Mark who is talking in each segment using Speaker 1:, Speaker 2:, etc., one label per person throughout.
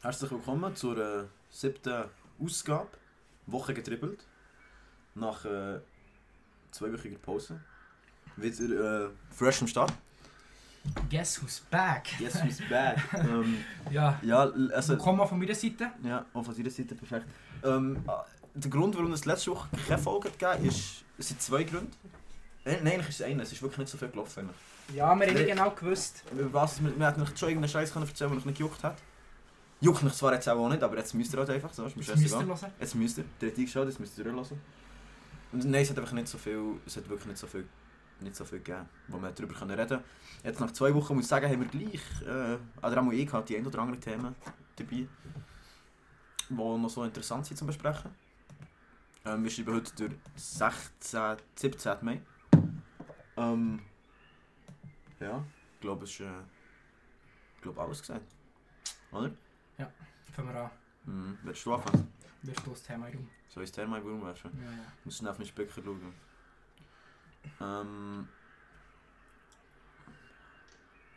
Speaker 1: Herzlich willkommen zur äh, siebten Ausgabe. Woche getrippelt. Nach äh, zweiwöchiger Pause. Wieder äh, fresh am Start.
Speaker 2: Guess who's back?
Speaker 1: Yes, he's back. ähm,
Speaker 2: Ja,
Speaker 1: ja, l- also,
Speaker 2: willkommen von meiner Seite.
Speaker 1: ja, auch von deiner Seite perfekt. Ähm, ah, der Grund, warum es letzte Woche keine Folge gegeben hat, ist, es sind zwei Gründe. Äh, Nein, eigentlich ist es einer. Es ist wirklich nicht so viel gelaufen. Eigentlich.
Speaker 2: Ja, wir haben
Speaker 1: Nee.
Speaker 2: nicht genau gewusst.
Speaker 1: Über was wir, wir hätten euch schon irgendeinen Scheiß können erzählen, der euch nicht gejuckt hat. Juckt mich zwar jetzt auch nicht, aber jetzt müsst ihr halt einfach, so ist mir
Speaker 2: Das müsst
Speaker 1: scheißegal.
Speaker 2: ihr hören.
Speaker 1: Jetzt müsst ihr, dritte geschaut, jetzt müsst ihr durchlassen. Und nein, es hat einfach nicht so viel, es hat wirklich nicht so viel, nicht so viel gegeben, wo wir darüber können reden Jetzt nach zwei Wochen muss ich sagen, haben wir gleich, äh, oder auch ich, hatte die ein oder andere Themen dabei, die noch so interessant sind zu besprechen. Ähm, wir schreiben heute der 16, 17. Mai. Ähm, ja, ich glaube, es ist, äh, ich glaube, alles gesagt. Oder?
Speaker 2: Fangen wir an.
Speaker 1: Mhm. Willst du anfangen?
Speaker 2: Wir stoßen das Thema herum.
Speaker 1: Soll ich das Thema in den Raum werfen?
Speaker 2: Ja, ja.
Speaker 1: Müssen auf mich Böcke schauen. Ähm,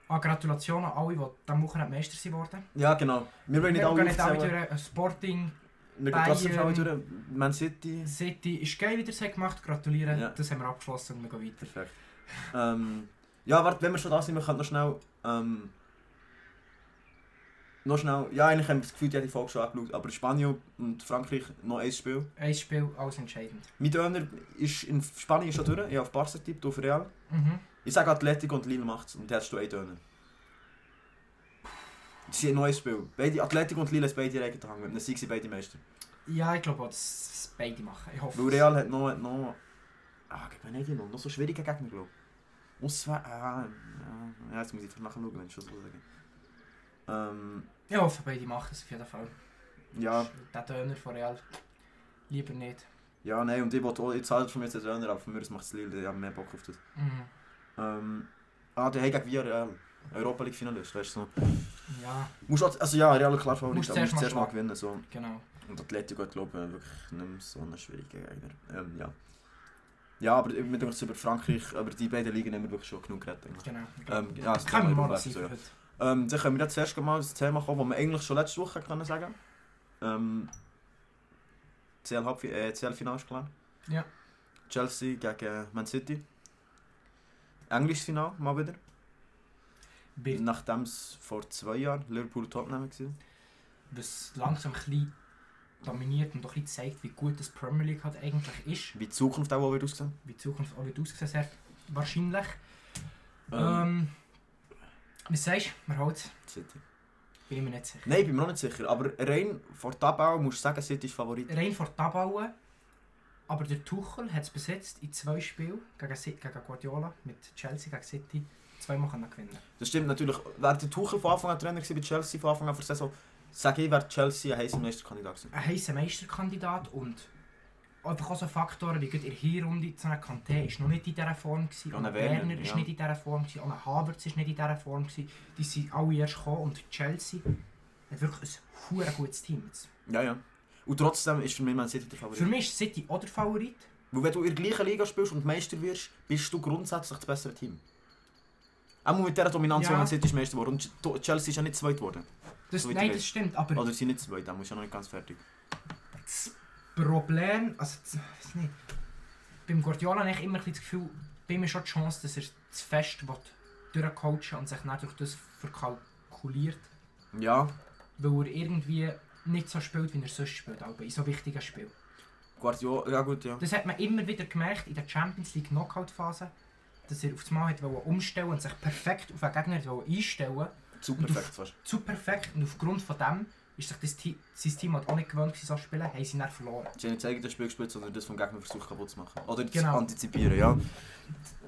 Speaker 2: Ah, Gratulation an alle, die diese Woche Meister sind geworden.
Speaker 1: ja, nou, genau. Wir wollen nicht
Speaker 2: Wir
Speaker 1: alle
Speaker 2: gehen nicht alle
Speaker 1: aufzählen.
Speaker 2: durch. Äh, Sporting
Speaker 1: Wir gehen trotzdem
Speaker 2: Bayern.
Speaker 1: alle durch. Man City.
Speaker 2: City ist geil, wie ihr es habt gemacht Gratulieren.
Speaker 1: Ja.
Speaker 2: Das haben wir abgeschlossen und wir gehen weiter.
Speaker 1: Perfekt. ähm, ja, warte, wenn wir schon da sind, wir können noch schnell... Ähm, noch schnell... nou, Ja, eigentlich haben wir das Gefühl, die hat die Folge schon angeschaut. Aber Spanien und Frankreich noch ein Spiel.
Speaker 2: Ein Spiel, alles entscheidend.
Speaker 1: Mein Döner ist in Spanien ist schon durch. Ich habe auf Barca tippt, auf Real.
Speaker 2: Mhm.
Speaker 1: Ich sage Atletico und Lille macht's und dann hast du einen Döner. Das ist ein neues Spiel. Beide, Atletico und Lille haben beide Regen gehangen. Dann sind sie beide Meister.
Speaker 2: Ja, ich glaube, auch, dass es beide machen. Ich hoffe.
Speaker 1: Weil
Speaker 2: es.
Speaker 1: Real hat noch... Hat noch ah, gegen wen hat die noch? Noch so schwierige Gegner, glaube ich. Auswärts... Ah, ja, jetzt muss ich nachher schauen, wenn ich schon so sage. Ähm,
Speaker 2: Ich hoffe, beide machen es auf jeden Fall.
Speaker 1: ja,
Speaker 2: Der Döner von Real. Lieber nicht.
Speaker 1: ja, nein, und ich wollte auch... Jetzt halt von mir jetzt den Döner, aber von mir macht es Lille, ich habe mehr Bock auf das.
Speaker 2: Mhm.
Speaker 1: Ähm, ah, der hat gegen Villarreal. Europa League Finalist, weißt du. So.
Speaker 2: Ja,
Speaker 1: Musst, also- also ja, Real klar Favorit,
Speaker 2: Musst
Speaker 1: aber musst
Speaker 2: zuerst mal
Speaker 1: zuerst mal
Speaker 2: schlagen.
Speaker 1: gewinnen. So.
Speaker 2: genau.
Speaker 1: Und Atletico hat, glaube ich, wirklich nicht mehr so einen schwierigen Gegner. Ähm, ja. ja, aber wir denken jetzt über Frankreich, aber die beiden Ligen haben wir wirklich schon genug geredet. Eigentlich.
Speaker 2: genau.
Speaker 1: Ähm, ja, das
Speaker 2: Können wir mal
Speaker 1: das
Speaker 2: sein
Speaker 1: so,
Speaker 2: für
Speaker 1: ja.
Speaker 2: heute.
Speaker 1: ähm, Dann können wir jetzt zuerst mal das Thema kommen, das wir eigentlich schon letzte Woche können sagen ähm, CL, Halbfi- äh, CL Final ist klar.
Speaker 2: Ja.
Speaker 1: Chelsea gegen Man City. Englisches Final mal wieder.
Speaker 2: Wird
Speaker 1: Nachdem es vor zwei Jahren Liverpool Tottenham war.
Speaker 2: was langsam ein bisschen dominiert und auch ein bisschen zeigt, wie gut das Premier League halt eigentlich ist,
Speaker 1: Wie die Zukunft auch wieder aussehen.
Speaker 2: wie die Zukunft auch wird ausgesehen hat, wahrscheinlich.
Speaker 1: Ähm,
Speaker 2: Ähm, was sagst du? Wir halt,
Speaker 1: City.
Speaker 2: bin ich mir nicht sicher.
Speaker 1: Nein, bin mir noch nicht sicher. Aber rein vor Tabau musst du sagen, City ist Favorit.
Speaker 2: Rein vor die Tabelle, aber der Tuchel hat es bis jetzt in zwei Spielen gegen, Si- gegen Guardiola mit Chelsea gegen City zweimal können gewinnen
Speaker 1: Das stimmt natürlich. Wäre der Tuchel von Anfang an Trainer gewesen bei Chelsea von Anfang an für die Saison, sage ich, wäre Chelsea ein heißer Meisterkandidat gewesen.
Speaker 2: Ein heißer Meisterkandidat und einfach auch so Faktoren wie gerade in der Hinrunde zu einer Kanté ist noch nicht in dieser Form gewesen,
Speaker 1: Ja,
Speaker 2: und
Speaker 1: ein
Speaker 2: ein
Speaker 1: Werner,
Speaker 2: Werner ist
Speaker 1: ja.
Speaker 2: nicht in dieser Form gewesen, und ein Havertz ist nicht in dieser Form gewesen. Die sind alle erst gekommen und Chelsea hat wirklich ein hure gutes Team. Jetzt.
Speaker 1: Ja, ja. Und trotzdem ist für mich Man City der Favorit.
Speaker 2: Für mich ist City auch der Favorit.
Speaker 1: Weil wenn du in der gleichen Liga spielst und Meister wirst, bist du grundsätzlich das bessere Team. Auch mit dieser Dominanz,
Speaker 2: Ja.
Speaker 1: die Man City ist Meister geworden. Und Ch- to- Chelsea ist ja nicht zweit geworden.
Speaker 2: Das,
Speaker 1: So wie du
Speaker 2: nein,
Speaker 1: willst.
Speaker 2: das stimmt, aber
Speaker 1: Oder sie sind nicht zweit, dann musst du ja noch nicht ganz fertig.
Speaker 2: das Problem, also das, ich weiss nicht, beim Guardiola habe ich immer ein bisschen das Gefühl, bei ihm ist schon die Chance, dass er zu fest will durchcoachen und sich dann durch das verkalkuliert.
Speaker 1: Ja,
Speaker 2: weil er irgendwie nicht so spielt, wie er sonst spielt, aber in so wichtigen Spielen.
Speaker 1: Guardiola, ja gut, ja.
Speaker 2: Das hat man immer wieder gemerkt in der Champions League Knockout-Phase, dass er auf das Mal hat wollen umstellen und sich perfekt auf einen Gegner hat wollen einstellen
Speaker 1: Zu perfekt fast.
Speaker 2: Zu perfekt und aufgrund von dem ist sich das Team, sein Team halt auch nicht gewöhnt, gewesen, so zu spielen, haben sie dann verloren.
Speaker 1: Sie haben nicht das eigene Spiel gespielt, sondern das vom Gegner versucht kaputt zu machen. Oder das
Speaker 2: Genau.
Speaker 1: antizipieren, ja.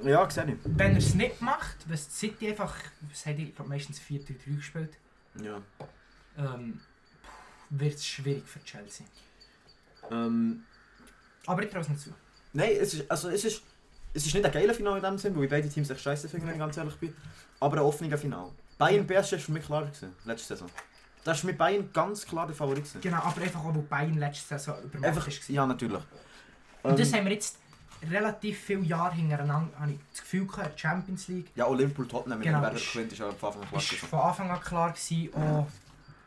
Speaker 1: Ja, sehe
Speaker 2: Wenn er es nicht macht, was die City einfach, was haben die ich glaub, meistens 4-3-3 gespielt,
Speaker 1: ich. Ja.
Speaker 2: ähm, wird es schwierig für Chelsea.
Speaker 1: Ähm,
Speaker 2: Aber ich traue es nicht zu.
Speaker 1: nein, es ist, also es ist, es ist nicht ein geiler Final in dem Sinn, weil beide Teams echt scheiße finden, wenn ich ganz ehrlich bin. Aber ein offener Final. Bayern PSG war für mich klar, gewesen, letzte Saison. Das war mit Bayern ganz klar der Favorit. Gewesen.
Speaker 2: Genau, aber einfach auch, weil Bayern letzte Saison übermacht
Speaker 1: Einfach,
Speaker 2: ist.
Speaker 1: ja natürlich.
Speaker 2: Und das
Speaker 1: Ähm,
Speaker 2: haben wir jetzt relativ viele Jahre hintereinander, habe ich das Gefühl gehabt, die Champions League
Speaker 1: ja, auch Liverpool Tottenham, wenn
Speaker 2: Genau,
Speaker 1: wer der
Speaker 2: ist-
Speaker 1: gewinnt, ist ja von Anfang an klar
Speaker 2: ist
Speaker 1: gewesen.
Speaker 2: von Anfang an klar gewesen, auch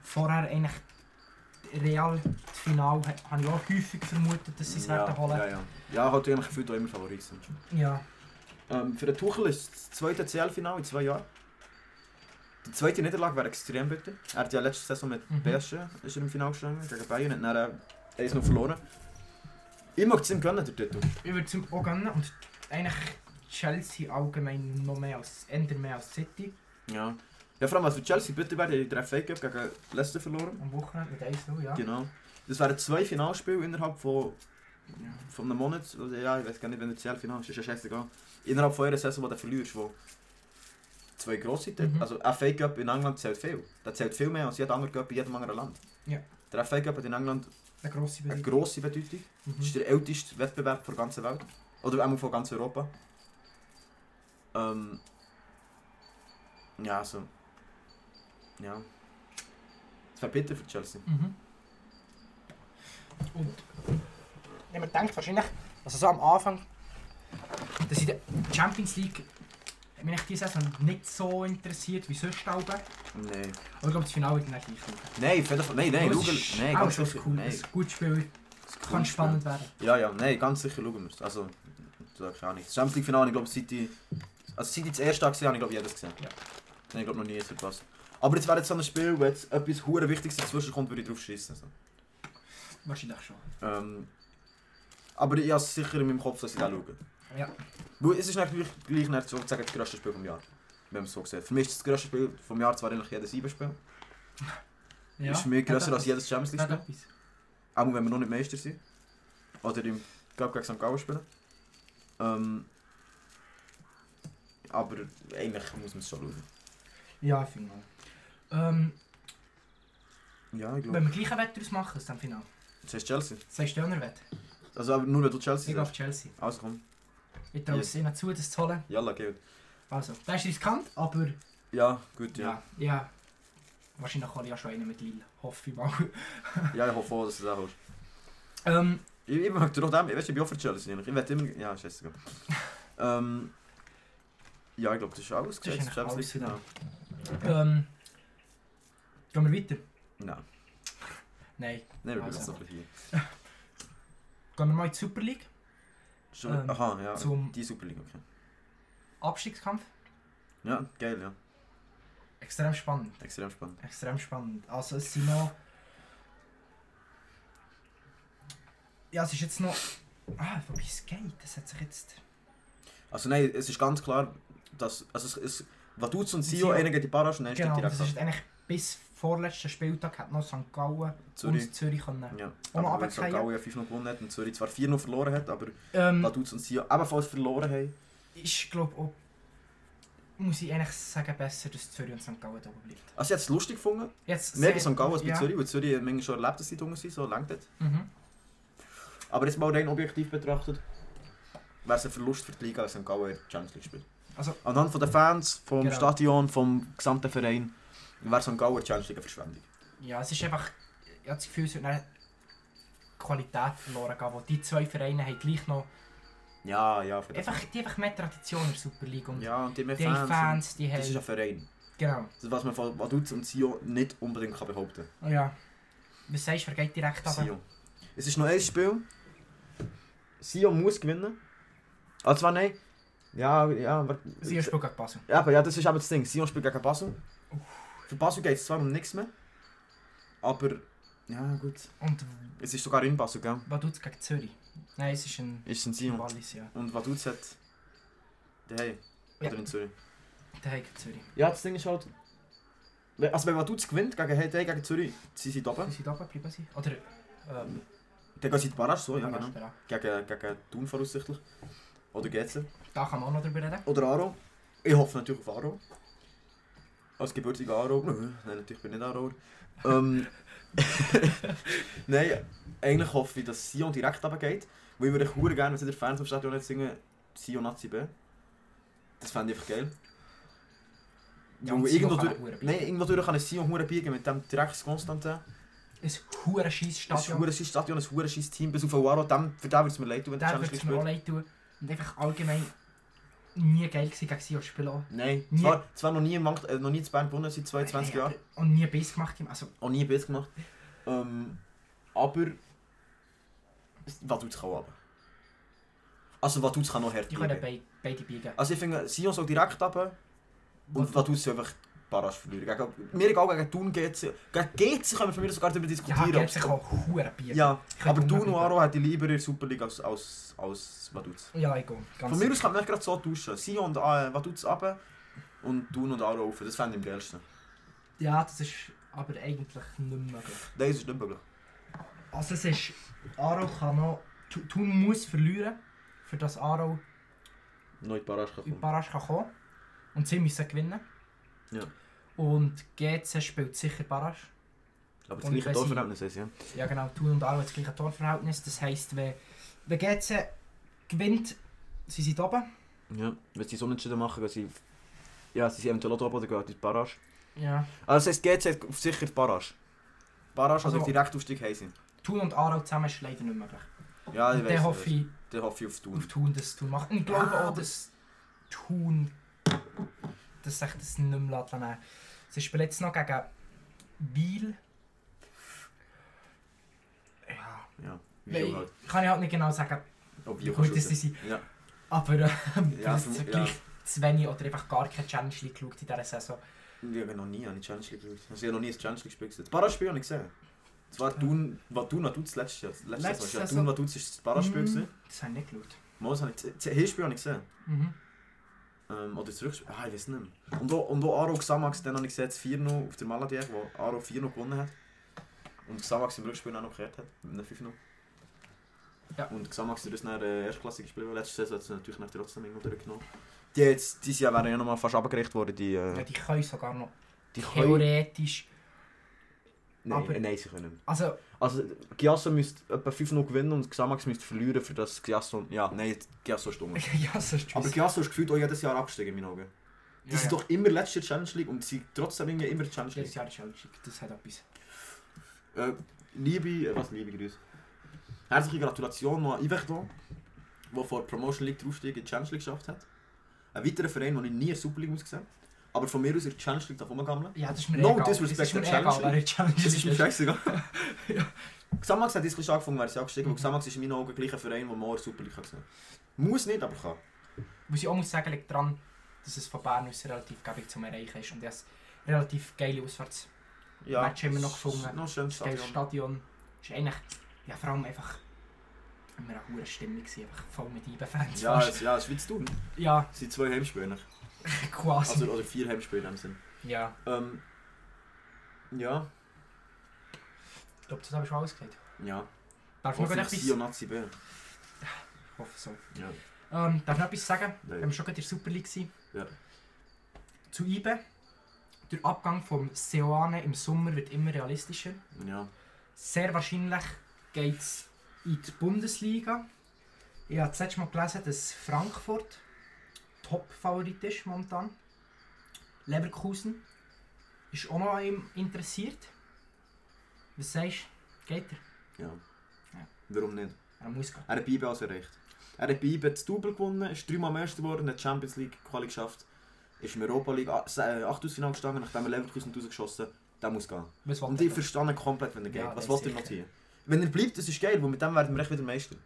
Speaker 2: vorher eigentlich Real das Finale ha- habe ich auch häufig vermutet, dass sie es werden holen.
Speaker 1: Ja, ja. ja halt eigentlich gefühlt auch immer Favorit sind.
Speaker 2: Ja,
Speaker 1: Ähm, für den Tuchel ist das zweite CL-Finale in zwei Jahren. Die zweite Niederlage wäre extrem bitter. Er hat ja letzte Saison mit
Speaker 2: Mhm.
Speaker 1: PSG ist er im Finale gestanden, gegen Bayern und dann äh, ist noch verloren. Ich mag es ihm gönnen, der Titel.
Speaker 2: ich würde es ihm auch gönnen und eigentlich Chelsea allgemein noch mehr als, ändert mehr als City
Speaker 1: Ja. Ja, vor allem, als für Chelsea bitter wäre, die haben den FA Cup gegen Leicester verloren.
Speaker 2: am Wochenende mit 1-0, ja.
Speaker 1: Genau. Das wären zwei Finalspiele innerhalb von,
Speaker 2: ja.
Speaker 1: von einem Monat. Oder ja, ich weiß gar nicht, wenn der CL-Finale ist, ist ja scheißegal. Innerhalb von einer Saison, die du verlierst, wo zwei grosse Titel.
Speaker 2: Mhm.
Speaker 1: Also, FA Cup in England zählt viel. Das zählt viel mehr als jeder andere Cup in jedem anderen Land.
Speaker 2: Ja.
Speaker 1: Der FA Cup hat in England
Speaker 2: Eine grosse
Speaker 1: eine
Speaker 2: Bedeutung.
Speaker 1: grosse Bedeutung. Das ist
Speaker 2: Mhm.
Speaker 1: der älteste Wettbewerb der ganzen Welt. Oder einmal von ganz Europa. Ähm, ja, also. Ja. Es wäre bitter für Chelsea.
Speaker 2: Mhm. Und ja, man denkt wahrscheinlich, also so am Anfang, dass in der Champions League hat mich eigentlich diese Saison nicht so interessiert wie sonst. Aber ich
Speaker 1: Nein.
Speaker 2: glaube, das Finale wird dann gleich schauen.
Speaker 1: Nein, auf jeden Fall. Nein, nein,
Speaker 2: Aber es
Speaker 1: schauen
Speaker 2: ist
Speaker 1: Nein,
Speaker 2: auch
Speaker 1: ganz
Speaker 2: schon
Speaker 1: sicher.
Speaker 2: cool.
Speaker 1: Nein.
Speaker 2: Es ist ein gutes Spiel,
Speaker 1: Es
Speaker 2: kann oh, spannend werden.
Speaker 1: Ja, ja, nein, ganz sicher schauen wir es. Also, sag ich auch nicht. Das Champions League-Finale, ich glaube, seit ich. Also, seit ich das erste Tag gesehen habe, ich glaube, jedes gesehen.
Speaker 2: Ja.
Speaker 1: Nein, ich glaube, noch nie ist verpasst. Aber jetzt wäre jetzt so ein Spiel, wo jetzt etwas Hure Wichtiges dazwischen kommt, würde ich drauf schießen. So.
Speaker 2: Wahrscheinlich schon.
Speaker 1: Ähm, aber ich habe es sicher in meinem Kopf, dass ich da schaue.
Speaker 2: Ja.
Speaker 1: Weil es ist nicht gleich, gleich nicht so zu sagen, das grösste Spiel vom Jahr. Wenn man es so sieht. Für mich ist das grösste Spiel vom Jahr zwar eigentlich jedes Siebenspiel.
Speaker 2: ja.
Speaker 1: Ist für mich grösser als jedes
Speaker 2: jetzt.
Speaker 1: Champions
Speaker 2: Hat
Speaker 1: League-Spiel.
Speaker 2: etwas.
Speaker 1: Auch wenn wir noch nicht Meister sind. Oder im Cup gegen St. Gallen spielen. Ähm, aber eigentlich muss man es schon schauen.
Speaker 2: Ja, ich finde auch. Ähm,
Speaker 1: Ja, ich
Speaker 2: wenn
Speaker 1: glaube.
Speaker 2: wir gleich ein Wett daraus machen aus dem Finale,
Speaker 1: Das heißt Chelsea.
Speaker 2: sagst du auch noch ein Wett?
Speaker 1: Also aber nur wenn du
Speaker 2: Ich
Speaker 1: Chelsea
Speaker 2: gehe auf
Speaker 1: sagst.
Speaker 2: Chelsea.
Speaker 1: Also komm.
Speaker 2: Ich traue es ihnen zu, das zu holen.
Speaker 1: Jalla, geht.
Speaker 2: Also, das ist riskant, aber
Speaker 1: Ja, gut, ja.
Speaker 2: ja. ja. Wahrscheinlich hole ich ja schon einen mit Lille, hoffe ich mal.
Speaker 1: Ja, ich hoffe auch, dass du das auch hast.
Speaker 2: ähm,
Speaker 1: Ich, ich mag trotzdem, weißt du, ich bin auch für Chelsea. eigentlich. Ich werde immer. Ja, scheißegal. ähm, ja, ich glaube, das ist alles.
Speaker 2: Das ist
Speaker 1: gesagt.
Speaker 2: eigentlich
Speaker 1: Champions League,
Speaker 2: alles, ähm, gehen wir weiter?
Speaker 1: ja. Nein,
Speaker 2: Nein.
Speaker 1: nein, wir bleiben
Speaker 2: Also.
Speaker 1: jetzt noch ein bisschen hier.
Speaker 2: Gehen wir mal in die Super League
Speaker 1: Schon,
Speaker 2: Ähm,
Speaker 1: aha, ja.
Speaker 2: zum
Speaker 1: Die Super League, okay.
Speaker 2: Abstiegskampf.
Speaker 1: Ja, geil, ja.
Speaker 2: Extrem spannend.
Speaker 1: Extrem spannend.
Speaker 2: Extrem spannend. Also es sind noch... Ja, es ist jetzt noch... Ah, wobei es geht. Das hat sich jetzt...
Speaker 1: Also, nein, es ist ganz klar, dass. Also, es, es, Vaduz und Sio,
Speaker 2: Sio.
Speaker 1: E einer geht die Barrage und dann steht
Speaker 2: Genau, das
Speaker 1: direkt
Speaker 2: ist jetzt eigentlich bis vorletzten Spieltag hat noch St. Gallen
Speaker 1: ab. Zürich.
Speaker 2: und Zürich können.
Speaker 1: Ja,
Speaker 2: Und
Speaker 1: aber weil
Speaker 2: runtergefallen.
Speaker 1: St. Gallen ja 5 noch gewonnen hat und Zürich zwar 4 noch verloren hat, aber
Speaker 2: Ähm,
Speaker 1: Vaduz und Sio E ebenfalls verloren haben.
Speaker 2: ich glaube auch... Muss ich eigentlich sagen, besser, dass Zürich und St. Gallen da oben bleibt.
Speaker 1: Also, ich habe es lustig gefunden.
Speaker 2: Jetzt
Speaker 1: Mehr bei
Speaker 2: sehr-
Speaker 1: St. Gallen als bei
Speaker 2: ja.
Speaker 1: Zürich, weil Zürich hat manchmal schon erlebt, dass sie da sind, so langt das.
Speaker 2: Mhm.
Speaker 1: Aber jetzt mal rein objektiv betrachtet, wäre es ein Verlust für die Liga, als St. Gallen in der Champions League spielt.
Speaker 2: Also-
Speaker 1: Anhand von den Fans, vom
Speaker 2: Genau.
Speaker 1: Stadion, vom gesamten Verein, wäre St. Gallen in der Champions League eine Verschwendung.
Speaker 2: Ja, es ist einfach... Ich habe das Gefühl, es wird dann die Qualität verloren gehen, wo die zwei Vereine haben gleich noch...
Speaker 1: Ja, ja, für den
Speaker 2: Einfach, die haben einfach mehr Tradition in der Super League und
Speaker 1: Ja, und die haben mehr
Speaker 2: die haben
Speaker 1: Fans.
Speaker 2: Fans, die
Speaker 1: und das ist ein
Speaker 2: haben...
Speaker 1: Verein.
Speaker 2: Genau.
Speaker 1: Das, Also was man von Vaduz und Sio nicht unbedingt kann behaupten
Speaker 2: Oh ja. Was sagst du, wer geht direkt
Speaker 1: kann.
Speaker 2: runter?
Speaker 1: Sio. Es ist noch ein Spiel. Sio muss gewinnen. Also, zwar nein. Ja, ja, warte.
Speaker 2: Sie spielt gegen Basel.
Speaker 1: Ja, aber ja, das ist eben das Ding. Sion spielt gegen Basel. Für Basel geht es zwar um nichts mehr, aber ja gut.
Speaker 2: Und
Speaker 1: Es ist sogar in Basel, gell?
Speaker 2: Vaduz gegen Zürich. Nein, es ist ein
Speaker 1: Ist in Sion.
Speaker 2: Wallis, ja.
Speaker 1: Und Vaduz hat... Hey,
Speaker 2: Ja.
Speaker 1: oder in Zürich.
Speaker 2: Der Heim gegen Zürich.
Speaker 1: Ja, das Ding ist halt... wenn- Also wenn Vaduz gewinnt gegen Hey, gegen Zürich, sie sind
Speaker 2: Müssen
Speaker 1: oben.
Speaker 2: sie da oben bleiben? sie? Oder... Ähm,
Speaker 1: Dann gehen sie in die Barrage, so, ja
Speaker 2: Barrage
Speaker 1: genau.
Speaker 2: dran.
Speaker 1: Gegen, gegen Thun voraussichtlich. Oder GC.
Speaker 2: Da kann man auch noch drüber reden.
Speaker 1: Oder Aro. Ich hoffe natürlich auf Aro. Als gebürtiger Aro. Nein, natürlich bin ich nicht Aroer. Ähm, Nein, eigentlich hoffe ich, dass Sion direkt runtergeht. Weil ich würde echt hure gerne, wenn sie der Fans im Stadion nicht singen, nou Sion Nazi B. Das fände ich einfach geil.
Speaker 2: Ja,
Speaker 1: Weil
Speaker 2: und Sion
Speaker 1: irgendwo
Speaker 2: kann
Speaker 1: durch,
Speaker 2: auch hure biegen.
Speaker 1: nein, irgendwo durch kann ich Sion hure biegen mit dem direkt Konstantin.
Speaker 2: Es ist ein hoher scheiß
Speaker 1: Das ist ein
Speaker 2: Stadion.
Speaker 1: hure scheiß Stadion, ein hure scheiß Team. Bis auf Aro, dem, für den würde es mir leid tun, wenn der
Speaker 2: Der
Speaker 1: Challenge
Speaker 2: wird es
Speaker 1: League
Speaker 2: mir auch
Speaker 1: spielt.
Speaker 2: leid tun. Und einfach allgemein... nie geil gewesen, gegen sie zu spielen.
Speaker 1: Nein,
Speaker 2: Nie.
Speaker 1: zwar, zwar noch nie, im Mangt, äh, noch nie in Bern gewonnen seit 22
Speaker 2: Nein,
Speaker 1: Jahren.
Speaker 2: aber- Äh, Und nie Biss gemacht. im- Also,
Speaker 1: Auch nie Biss gemacht. Ähm, aber. Vaduz kann runter. Also Vaduz kann noch
Speaker 2: die
Speaker 1: härter
Speaker 2: können
Speaker 1: liegen.
Speaker 2: bei, beide biegen.
Speaker 1: Also ich finde, Sion soll direkt runter und
Speaker 2: Vaduz-
Speaker 1: Vaduz soll einfach Barrage verlieren. Gegen, mir egal, gegen Thun geht es. Gegen GC können wir von mir sogar darüber
Speaker 2: Ja,
Speaker 1: diskutieren.
Speaker 2: gibt
Speaker 1: ob's-
Speaker 2: sich auch hure Bier.
Speaker 1: ja
Speaker 2: Ich
Speaker 1: aber
Speaker 2: könnte
Speaker 1: Thun und
Speaker 2: unbedingt-
Speaker 1: Aro hätte ich lieber in der Super League als, als, als Vaduz.
Speaker 2: Ja, ich gehe. Ganz
Speaker 1: Von mir aus kann man nicht gerade so tauschen. Sion und äh, Vaduz runter und Thun und Aro rauf. Das fände ich am geilsten.
Speaker 2: Ja, das ist aber eigentlich nicht möglich.
Speaker 1: Nein, das ist nicht möglich.
Speaker 2: Also es ist, Aro kann noch, Tu- Thun muss verlieren, für das Aro
Speaker 1: Neu die Barrage kann
Speaker 2: in die
Speaker 1: kommen.
Speaker 2: Barrage kann kommen Und sie müssen gewinnen.
Speaker 1: Ja.
Speaker 2: Und GC spielt sicher Barrage.
Speaker 1: Aber das
Speaker 2: Und
Speaker 1: gleiche
Speaker 2: wenn sie-
Speaker 1: Torverhältnis ist, ja.
Speaker 2: Ja genau, Thun und Aro haben das gleiche Torverhältnis. Das heisst, wenn, wenn GC gewinnt, sie sind oben.
Speaker 1: Ja, wenn sie so unentschieden machen, gehen sie... Ja, sie sind eventuell auch oben oder gehen in die Barrage.
Speaker 2: Ja.
Speaker 1: Also das heisst, GC hat sicher die Barrage. Barrage, also,
Speaker 2: Also-
Speaker 1: also direkt aufstieg heim sind.
Speaker 2: Thun und Aro zusammen ist leider nicht möglich.
Speaker 1: Ja, ich
Speaker 2: Und dann
Speaker 1: weiss
Speaker 2: hoffe ich
Speaker 1: Dann hoffe ich auf
Speaker 2: auf
Speaker 1: Thun.
Speaker 2: Thun, dass Thun macht. Und ich glaube
Speaker 1: Ja,
Speaker 2: auch, dass Thun dass sich das nicht mehr lassen lässt. Sie spielen jetzt noch gegen Wiel. Ja,
Speaker 1: Ja. Wie
Speaker 2: weil,
Speaker 1: auch halt.
Speaker 2: kann ich halt nicht genau sagen,
Speaker 1: Ob
Speaker 2: wie
Speaker 1: wie auch
Speaker 2: gut das
Speaker 1: halt.
Speaker 2: sind.
Speaker 1: Ja.
Speaker 2: Aber äh,
Speaker 1: Ja,
Speaker 2: das
Speaker 1: vom-
Speaker 2: ist
Speaker 1: ja.
Speaker 2: gleich zu wenig oder einfach gar keine Challenge League geschaut in dieser Saison.
Speaker 1: Ich habe noch nie eine Challenge League gespielt. Also ich habe noch nie ein Challenge League Spiel gesehen. Das Barrage-Spiel habe ich gesehen. Das war Thun... Was Thun hat das letzte Jahr? Das Letzte
Speaker 2: Letzte
Speaker 1: Jahr. Ja,
Speaker 2: Saison.
Speaker 1: Thun hat das das Barrage-Spiel
Speaker 2: Mhm.
Speaker 1: gesehen.
Speaker 2: Das habe ich nicht geschaut.
Speaker 1: Mal, das habe ich... Das Hinspiel habe ich gesehen.
Speaker 2: Mhm.
Speaker 1: Ähm, oder zurück. Ah, ich weiß nicht mehr. Und auch, und auch Aro Xamax, dann habe ich gesehen, das 4-0 auf der Maladier, wo Aro 4-0 gewonnen hat. Und Xamax im Rückspiel auch noch gekehrt hat, mit einem 5-0.
Speaker 2: Ja.
Speaker 1: Und Xamax hat uns dann äh, erstklassig gespielt, weil letzte Saison hat sie natürlich nach trotzdem irgendwie durchgenommen. Die jetzt, dieses Jahr wären ja nochmal fast abgerecht worden, die...
Speaker 2: Ja,
Speaker 1: Äh,
Speaker 2: die können sogar noch
Speaker 1: die können...
Speaker 2: theoretisch.
Speaker 1: Nein,
Speaker 2: aber-
Speaker 1: nein, sie können nicht.
Speaker 2: Also,
Speaker 1: Also Giasso müsste etwa 5-0 gewinnen und Xamax müsste verlieren, für das Giasso... Ja, nein, Giasso ist dumm.
Speaker 2: ja, so ist
Speaker 1: Aber Giasso ist gefühlt auch jedes Jahr abgestiegen in meinen Augen. Die
Speaker 2: ja,
Speaker 1: sind
Speaker 2: ja.
Speaker 1: doch immer letzte Challenge League und sie trotzdem irgendwie immer Challenge League.
Speaker 2: Letztes Jahr ist Challenge League, das hat etwas.
Speaker 1: Äh, liebe, äh, was liebe Grüße. Herzliche Gratulation noch an Ivechton, der vor die Promotion League den Aufstieg in die Challenge League geschafft hat. Ein weiterer Verein, den ich nie in der Super League gesehen habe. Aber von mir aus in der Challenge League darf rumgammeln.
Speaker 2: Ja, das ist mir
Speaker 1: No
Speaker 2: egal.
Speaker 1: disrespect
Speaker 2: das ist mir
Speaker 1: to Challenge
Speaker 2: egal, wer in Challenge
Speaker 1: Das ist mir
Speaker 2: ist.
Speaker 1: scheißegal.
Speaker 2: Ja.
Speaker 1: Xamax hat jetzt ein bisschen angefangen, wäre sie abgestiegen, weil
Speaker 2: Mhm.
Speaker 1: Xamax ist in meinen Augen gleich ein Verein, den man auch in der Super League sehen kann. Muss nicht, aber kann.
Speaker 2: Muss ich auch muss sagen, liegt daran, dass es von Bern aus relativ gäbig zum Erreichen ist. Und das relativ geile Auswärtsstadion. Match haben wir noch gefunden.
Speaker 1: Noch ein schönes Stadion.
Speaker 2: Stadion ist eigentlich, ja vor allem einfach immer eine hohe Stimmung gewesen, einfach voll mit IBE-Fans.
Speaker 1: Ja,
Speaker 2: fast.
Speaker 1: es, ja, es ist wie zu tun.
Speaker 2: ja,
Speaker 1: Es sind zwei Heimspiele. eigentlich.
Speaker 2: quasi.
Speaker 1: Also, oder vier Heimspiele in dem Sinn.
Speaker 2: ja,
Speaker 1: Ähm, ja,
Speaker 2: ich glaube, das habe ich schon alles gesagt.
Speaker 1: ja.
Speaker 2: Darf ich noch etwas,
Speaker 1: Hoffentlich Sion
Speaker 2: ich
Speaker 1: hat sie Bern.
Speaker 2: hoffe so.
Speaker 1: Ja.
Speaker 2: Ähm, darf ich noch etwas sagen?
Speaker 1: Nein.
Speaker 2: Wenn wir schon gerade in der Super League waren.
Speaker 1: Ja.
Speaker 2: Zu IBE. Der Abgang vom Seoane im Sommer wird immer realistischer.
Speaker 1: Ja.
Speaker 2: Sehr wahrscheinlich geht es in die Bundesliga. Ich habe das letzte Mal gelesen, dass Frankfurt Top-Favorit ist momentan. Leverkusen ist auch noch an ihm interessiert. Was sagst du? Geht er?
Speaker 1: ja.
Speaker 2: Ja.
Speaker 1: Warum nicht?
Speaker 2: Er muss gehen.
Speaker 1: Er hat Bibe also recht. Er hat Bibe das Double gewonnen, ist dreimal Meister geworden, hat die Champions League Quali geschafft, ist im Europa League A- äh, Achtelfinale gestanden, nachdem er Leverkusen rausgeschossen hat. Der muss gehen.
Speaker 2: Was
Speaker 1: Und
Speaker 2: will
Speaker 1: ich
Speaker 2: er?
Speaker 1: verstehe ihn komplett, wenn er geht.
Speaker 2: Ja,
Speaker 1: Was
Speaker 2: der
Speaker 1: wollt ihr
Speaker 2: sicher.
Speaker 1: noch hier? Wenn er bleibt, das ist geil, weil mit dem werden wir echt wieder Meister.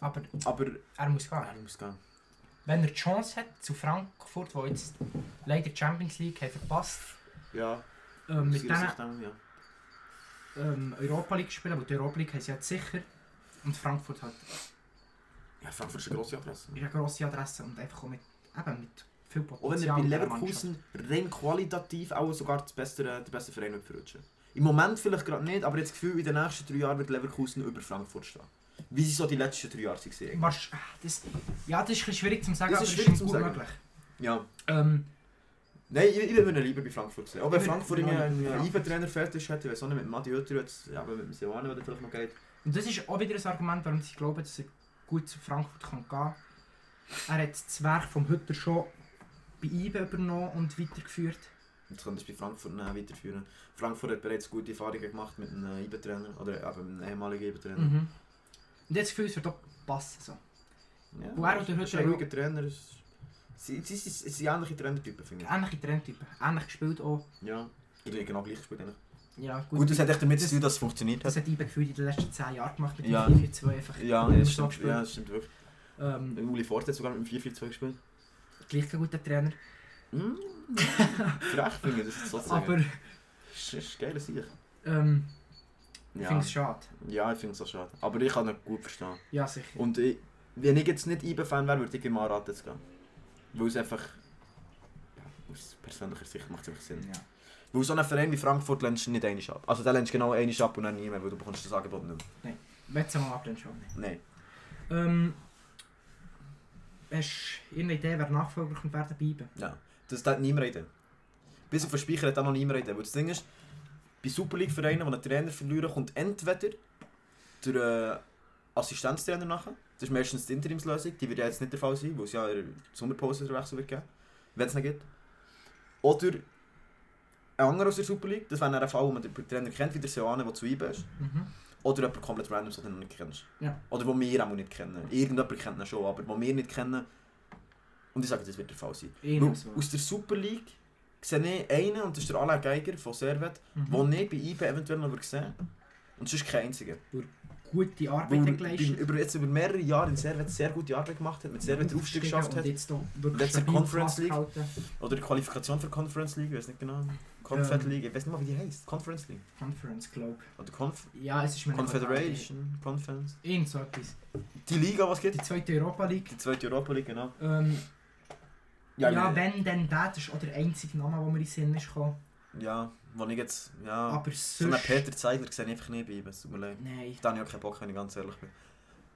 Speaker 2: Aber
Speaker 1: Aber ah,
Speaker 2: er muss gehen.
Speaker 1: er muss gehen.
Speaker 2: Wenn er die Chance hat, zu Frankfurt, wo jetzt leider die Champions League hat verpasst
Speaker 1: Ja,
Speaker 2: ähm, mit
Speaker 1: aus ihrer
Speaker 2: diesen
Speaker 1: Sicht auch, ja.
Speaker 2: ähm, Europa League spielen, aber die Europa League haben sie jetzt sicher. Und Frankfurt hat
Speaker 1: ja, Frankfurt ist eine grosse Adresse.
Speaker 2: eine grosse Adresse und einfach auch mit, eben mit viel
Speaker 1: Auch wenn
Speaker 2: Potenzial.
Speaker 1: er bei
Speaker 2: in dieser
Speaker 1: Leverkusen rein qualitativ auch sogar das beste, der beste Verein wird verrutschen. Im Moment vielleicht gerade nicht, aber jetzt das Gefühl, in den nächsten drei Jahren wird Leverkusen über Frankfurt stehen. Wie sie so die letzten drei Jahre
Speaker 2: Mannschaft.
Speaker 1: waren.
Speaker 2: Wasch- ah, das, ja, das ist ein bisschen schwierig zu sagen,
Speaker 1: Das
Speaker 2: aber
Speaker 1: ist
Speaker 2: es
Speaker 1: schwierig
Speaker 2: ist
Speaker 1: zu
Speaker 2: gut
Speaker 1: sagen.
Speaker 2: möglich.
Speaker 1: Ja.
Speaker 2: Ähm,
Speaker 1: Nein, ich, ich würde ihn lieber bei Frankfurt sehen. Auch wenn
Speaker 2: Ich würde-
Speaker 1: Frankfurt
Speaker 2: ja,
Speaker 1: einen
Speaker 2: ja.
Speaker 1: IBE-Trainer fertig hat, ich weiß auch nicht, mit Matti Hütter jetzt, ja, aber mit dem Silvano, der vielleicht noch geht.
Speaker 2: und das ist auch wieder ein Argument, warum sie glauben, dass er gut zu Frankfurt kann gehen kann. Er hat das Werk vom Hütter schon bei IBE übernommen und weitergeführt.
Speaker 1: Jetzt könnte es bei Frankfurt nehmen, weiterführen. Frankfurt hat bereits gute Erfahrungen gemacht mit einem IBE-Trainer, oder eben einem ehemaligen IBE-Trainer.
Speaker 2: Mhm. Und jetzt fühlt es wird auch passen. So.
Speaker 1: Ja,
Speaker 2: Guaro, der
Speaker 1: ist-
Speaker 2: Hütter
Speaker 1: ist ein ruhiger Trainer. ist- Sie, sie, sie, sie sind ähnliche Trendtypen, finde
Speaker 2: Ähnliche Trendtypen. Ähnlich gespielt auch.
Speaker 1: ich. Ja. Oder genau gleich gespielt eigentlich.
Speaker 2: Ja, gut.
Speaker 1: Gut, das hat echt damit zu
Speaker 2: Das-
Speaker 1: tun, dass es funktioniert hat.
Speaker 2: Das hat eben gefühlt in den letzten 10 Jahren gemacht mit dem
Speaker 1: Ja.
Speaker 2: 4-4-2 einfach
Speaker 1: Ja,
Speaker 2: immer
Speaker 1: das
Speaker 2: so
Speaker 1: stimmt,
Speaker 2: gespielt.
Speaker 1: ja, das stimmt wirklich.
Speaker 2: Ähm,
Speaker 1: Uli Ford hat sogar mit dem 4-4-2 gespielt.
Speaker 2: gleich kein guter Trainer.
Speaker 1: Mhm. Frech finde ich, das ist sozusagen.
Speaker 2: Aber
Speaker 1: Das ist geil, das ich.
Speaker 2: ähm, ich
Speaker 1: Ja.
Speaker 2: finde es schade.
Speaker 1: ja, ich finde es auch schade. Aber ich kann ihn gut verstehen.
Speaker 2: Ja, sicher.
Speaker 1: Und ich, wenn ich jetzt nicht IBE-Fan wäre, würde ich immer anraten zu gehen. Weil es einfach... Ja, aus persönlicher Sicht macht es einfach Sinn.
Speaker 2: Ja.
Speaker 1: Weil so einen Verein wie Frankfurt lernst du nicht einmal ab. Also da lernst du genau einmal ab und dann nie mehr, weil du bekommst das Angebot nicht mehr.
Speaker 2: Wenn du mal ablehnst, schon nicht.
Speaker 1: Nein.
Speaker 2: Ähm, hast du irgendeine Idee, wer Nachfolger könnte werden bleiben?
Speaker 1: Ja. Das hat niemand reden. Bis auf den Speicher hat auch noch niemand reden. Weil das Ding ist, bei Super League-Vereinen, die einen Trainer verlieren, kommt entweder der äh, Assistenztrainer nachher. Das ist meistens die Interimslösung. Die wird ja jetzt nicht der Fall sein, weil es ja in der Sommerpause den Wechsel wird geben, wenn es noch gibt. Oder ein anderer aus der Super League. Das wäre dann ein Fall, wo man den Trainer kennt, wie der Seoane, der zu ihm ist.
Speaker 2: Mhm.
Speaker 1: Oder jemand komplett random, den du nicht kennst.
Speaker 2: Ja.
Speaker 1: Oder wo wir auch nicht kennen. Irgendjemand kennt ihn schon, aber wo wir nicht kennen. Und ich sage, das wird der Fall sein. Weil
Speaker 2: Irgendwas.
Speaker 1: aus der Super League sehe ich einen, und das ist der Alain Geiger von Servet,
Speaker 2: Mhm.
Speaker 1: den ich bei IB eventuell noch sehe. Und sonst kein einziger.
Speaker 2: Gute Arbeit
Speaker 1: Weil
Speaker 2: hat
Speaker 1: er
Speaker 2: geleistet.
Speaker 1: über, jetzt über mehrere Jahre in Servet sehr gute Arbeit gemacht hat, mit Servet den Aufstieg geschafft
Speaker 2: und
Speaker 1: hat.
Speaker 2: jetzt hier wirklich
Speaker 1: Letzte
Speaker 2: stabil
Speaker 1: Conference League.
Speaker 2: festgehalten.
Speaker 1: Oder die Qualifikation für Conference League, ich weiß nicht genau. Confed
Speaker 2: Ähm.
Speaker 1: League, ich weiß nicht mal, wie die heißt. Conference League.
Speaker 2: Conference, glaube
Speaker 1: Oder Conf
Speaker 2: ich. Ja, es ist mir nicht
Speaker 1: Confederation. Conference.
Speaker 2: egal. Irgend so etwas.
Speaker 1: Die Liga, was
Speaker 2: Die
Speaker 1: geht?
Speaker 2: zweite Europa League.
Speaker 1: Die zweite Europa League, genau.
Speaker 2: Ähm, ja,
Speaker 1: ich meine-
Speaker 2: wenn, dann der. Das ist auch der einzige Name, der mir in den Sinn ist gekommen.
Speaker 1: Ja, wo ich jetzt. Ja.
Speaker 2: Aber
Speaker 1: so einen
Speaker 2: Ah, sonst...
Speaker 1: Peter Zeigler sehe ich einfach nicht bei ihm, es tut mir leid.
Speaker 2: Nein.
Speaker 1: Da habe ich auch keinen Bock, wenn ich ganz ehrlich bin.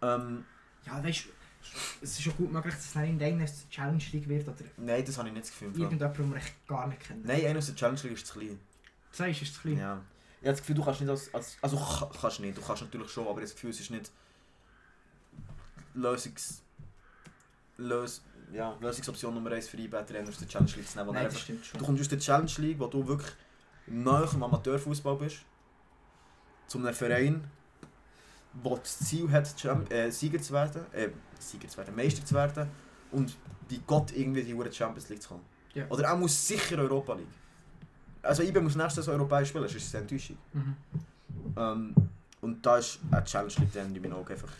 Speaker 1: Ähm,
Speaker 2: Ja, weißt du, es ist schon gut möglich, dass es dann irgendeiner aus der Challenge League wird oder
Speaker 1: nein, das habe ich nicht das Gefühl. Bro.
Speaker 2: irgendjemand, den wir echt gar nicht kennen.
Speaker 1: Nein, einer aus der Challenge League ist zu klein.
Speaker 2: Du sagst, es ist klein.
Speaker 1: Ja. Ich habe das Gefühl, du kannst nicht als, als... Also ka- kannst nicht, du kannst natürlich schon, aber ich habe das Gefühl, es ist nicht... Lösungs... Lös, ja, Lösungsoption Nummer 1 für IBA Trainer aus der Challenge League zu nehmen. wo
Speaker 2: Nein,
Speaker 1: er
Speaker 2: das
Speaker 1: einfach,
Speaker 2: stimmt schon.
Speaker 1: du kommst aus der Challenge League, wo du wirklich nahe am Amateurfußball bist. Zu einem Verein, wo das Ziel hat, Champ äh, Sieger zu werden, äh, Sieger zu werden, Meister zu werden und bei Gott irgendwie in die Hure Champions League zu kommen.
Speaker 2: Ja.
Speaker 1: Oder auch muss sicher Europa League. Also IBE muss nächstes Jahr europäisch spielen, das ist eine Enttäuschung.
Speaker 2: Mhm.
Speaker 1: Ähm, und da ist eine eh, Challenge League dann in meinen Augen einfach,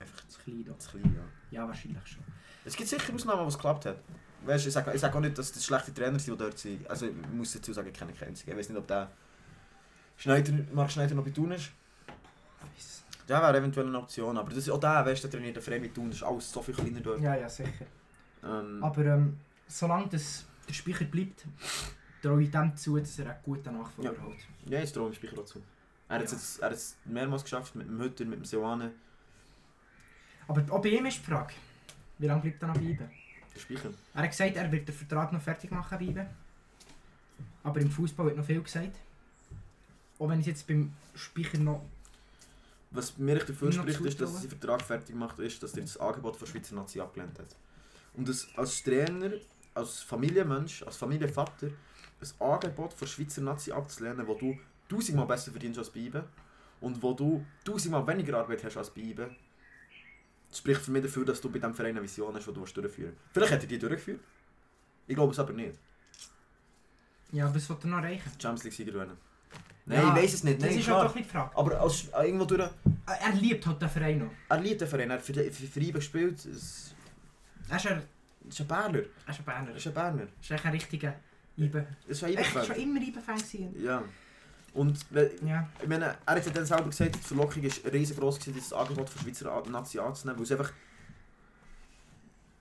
Speaker 1: einfach
Speaker 2: Das klein da.
Speaker 1: zu klein. Ja.
Speaker 2: Ja, wahrscheinlich schon.
Speaker 1: Es gibt sicher Ausnahmen, wo es geklappt hat. Weißt, ich sage ich sag auch nicht, dass das schlechte Trainer sind, die dort sind. Also ich muss dazu sagen, ich kenne keinen einzigen. Ich weiß nicht, ob der Schneider, Marc Schneider noch bei Thun ist.
Speaker 2: Weiss.
Speaker 1: Der wäre eventuell eine Option, aber das ist auch der, weißt, der trainiert den Verein mit Thun, das ist alles so viel kleiner dort.
Speaker 2: Ja, ja, sicher.
Speaker 1: Ähm,
Speaker 2: Aber ähm, solange das der Speicher bleibt, traue ich dem zu, dass er einen guten Nachfolger hat.
Speaker 1: ja, jetzt traue ich Speicher dazu. Er hat es
Speaker 2: Ja.
Speaker 1: jetzt- er hat es mehrmals geschafft, mit dem Hütter, mit dem Silvane.
Speaker 2: Aber auch bei ihm ist die Frage, wie lange bleibt er noch bei IBE?
Speaker 1: Der Speicher.
Speaker 2: Er hat gesagt, er wird den Vertrag noch fertig machen bei IBE. Aber im Fußball wird noch viel gesagt. Auch wenn ich jetzt beim Speicher noch
Speaker 1: Was mir echt dafür
Speaker 2: Noch
Speaker 1: spricht, ist, dass
Speaker 2: zutrauen?
Speaker 1: er seinen Vertrag fertig macht, ist, dass er das Angebot von Schweizer Nazi abgelehnt hat. Und das als Trainer, als Familienmensch, als Familienvater, ein Angebot von Schweizer Nazi abzulehnen, wo du tausendmal besser verdienst als bei IBE und wo du tausendmal weniger Arbeit hast als bei IBE, spricht für mich dafür, dass du bei diesem Verein eine Vision hast, die du willst durchführen willst. Vielleicht hätte er die durchgeführt. Ich glaube es aber nicht.
Speaker 2: Ja, was will er noch erreichen?
Speaker 1: Champions League-Sieger werden. Nein,
Speaker 2: Ja,
Speaker 1: ich weiß es nicht.
Speaker 2: das
Speaker 1: Nein,
Speaker 2: ist halt
Speaker 1: klar.
Speaker 2: doch nicht die Frage.
Speaker 1: Aber als, äh, irgendwo durch...
Speaker 2: Er er liebt halt den Verein noch.
Speaker 1: Er liebt den Verein, er hat für, für, für ihn gespielt. Es
Speaker 2: Er ist ein,
Speaker 1: ist ein Berner.
Speaker 2: er ist ein Berner.
Speaker 1: Er
Speaker 2: Er
Speaker 1: ist ein Berner.
Speaker 2: ist echt ein richtiger Ibe.
Speaker 1: Er ist ein
Speaker 2: Echt
Speaker 1: Eiberfan.
Speaker 2: schon immer Ibe-Fan gewesen.
Speaker 1: Ja. Und we-
Speaker 2: Ja.
Speaker 1: ich meine, er hat ja dann selber gesagt, die Verlockung ist riesengroß gewesen, dieses Angebot von Schweizer A- Nazi anzunehmen, weil es einfach...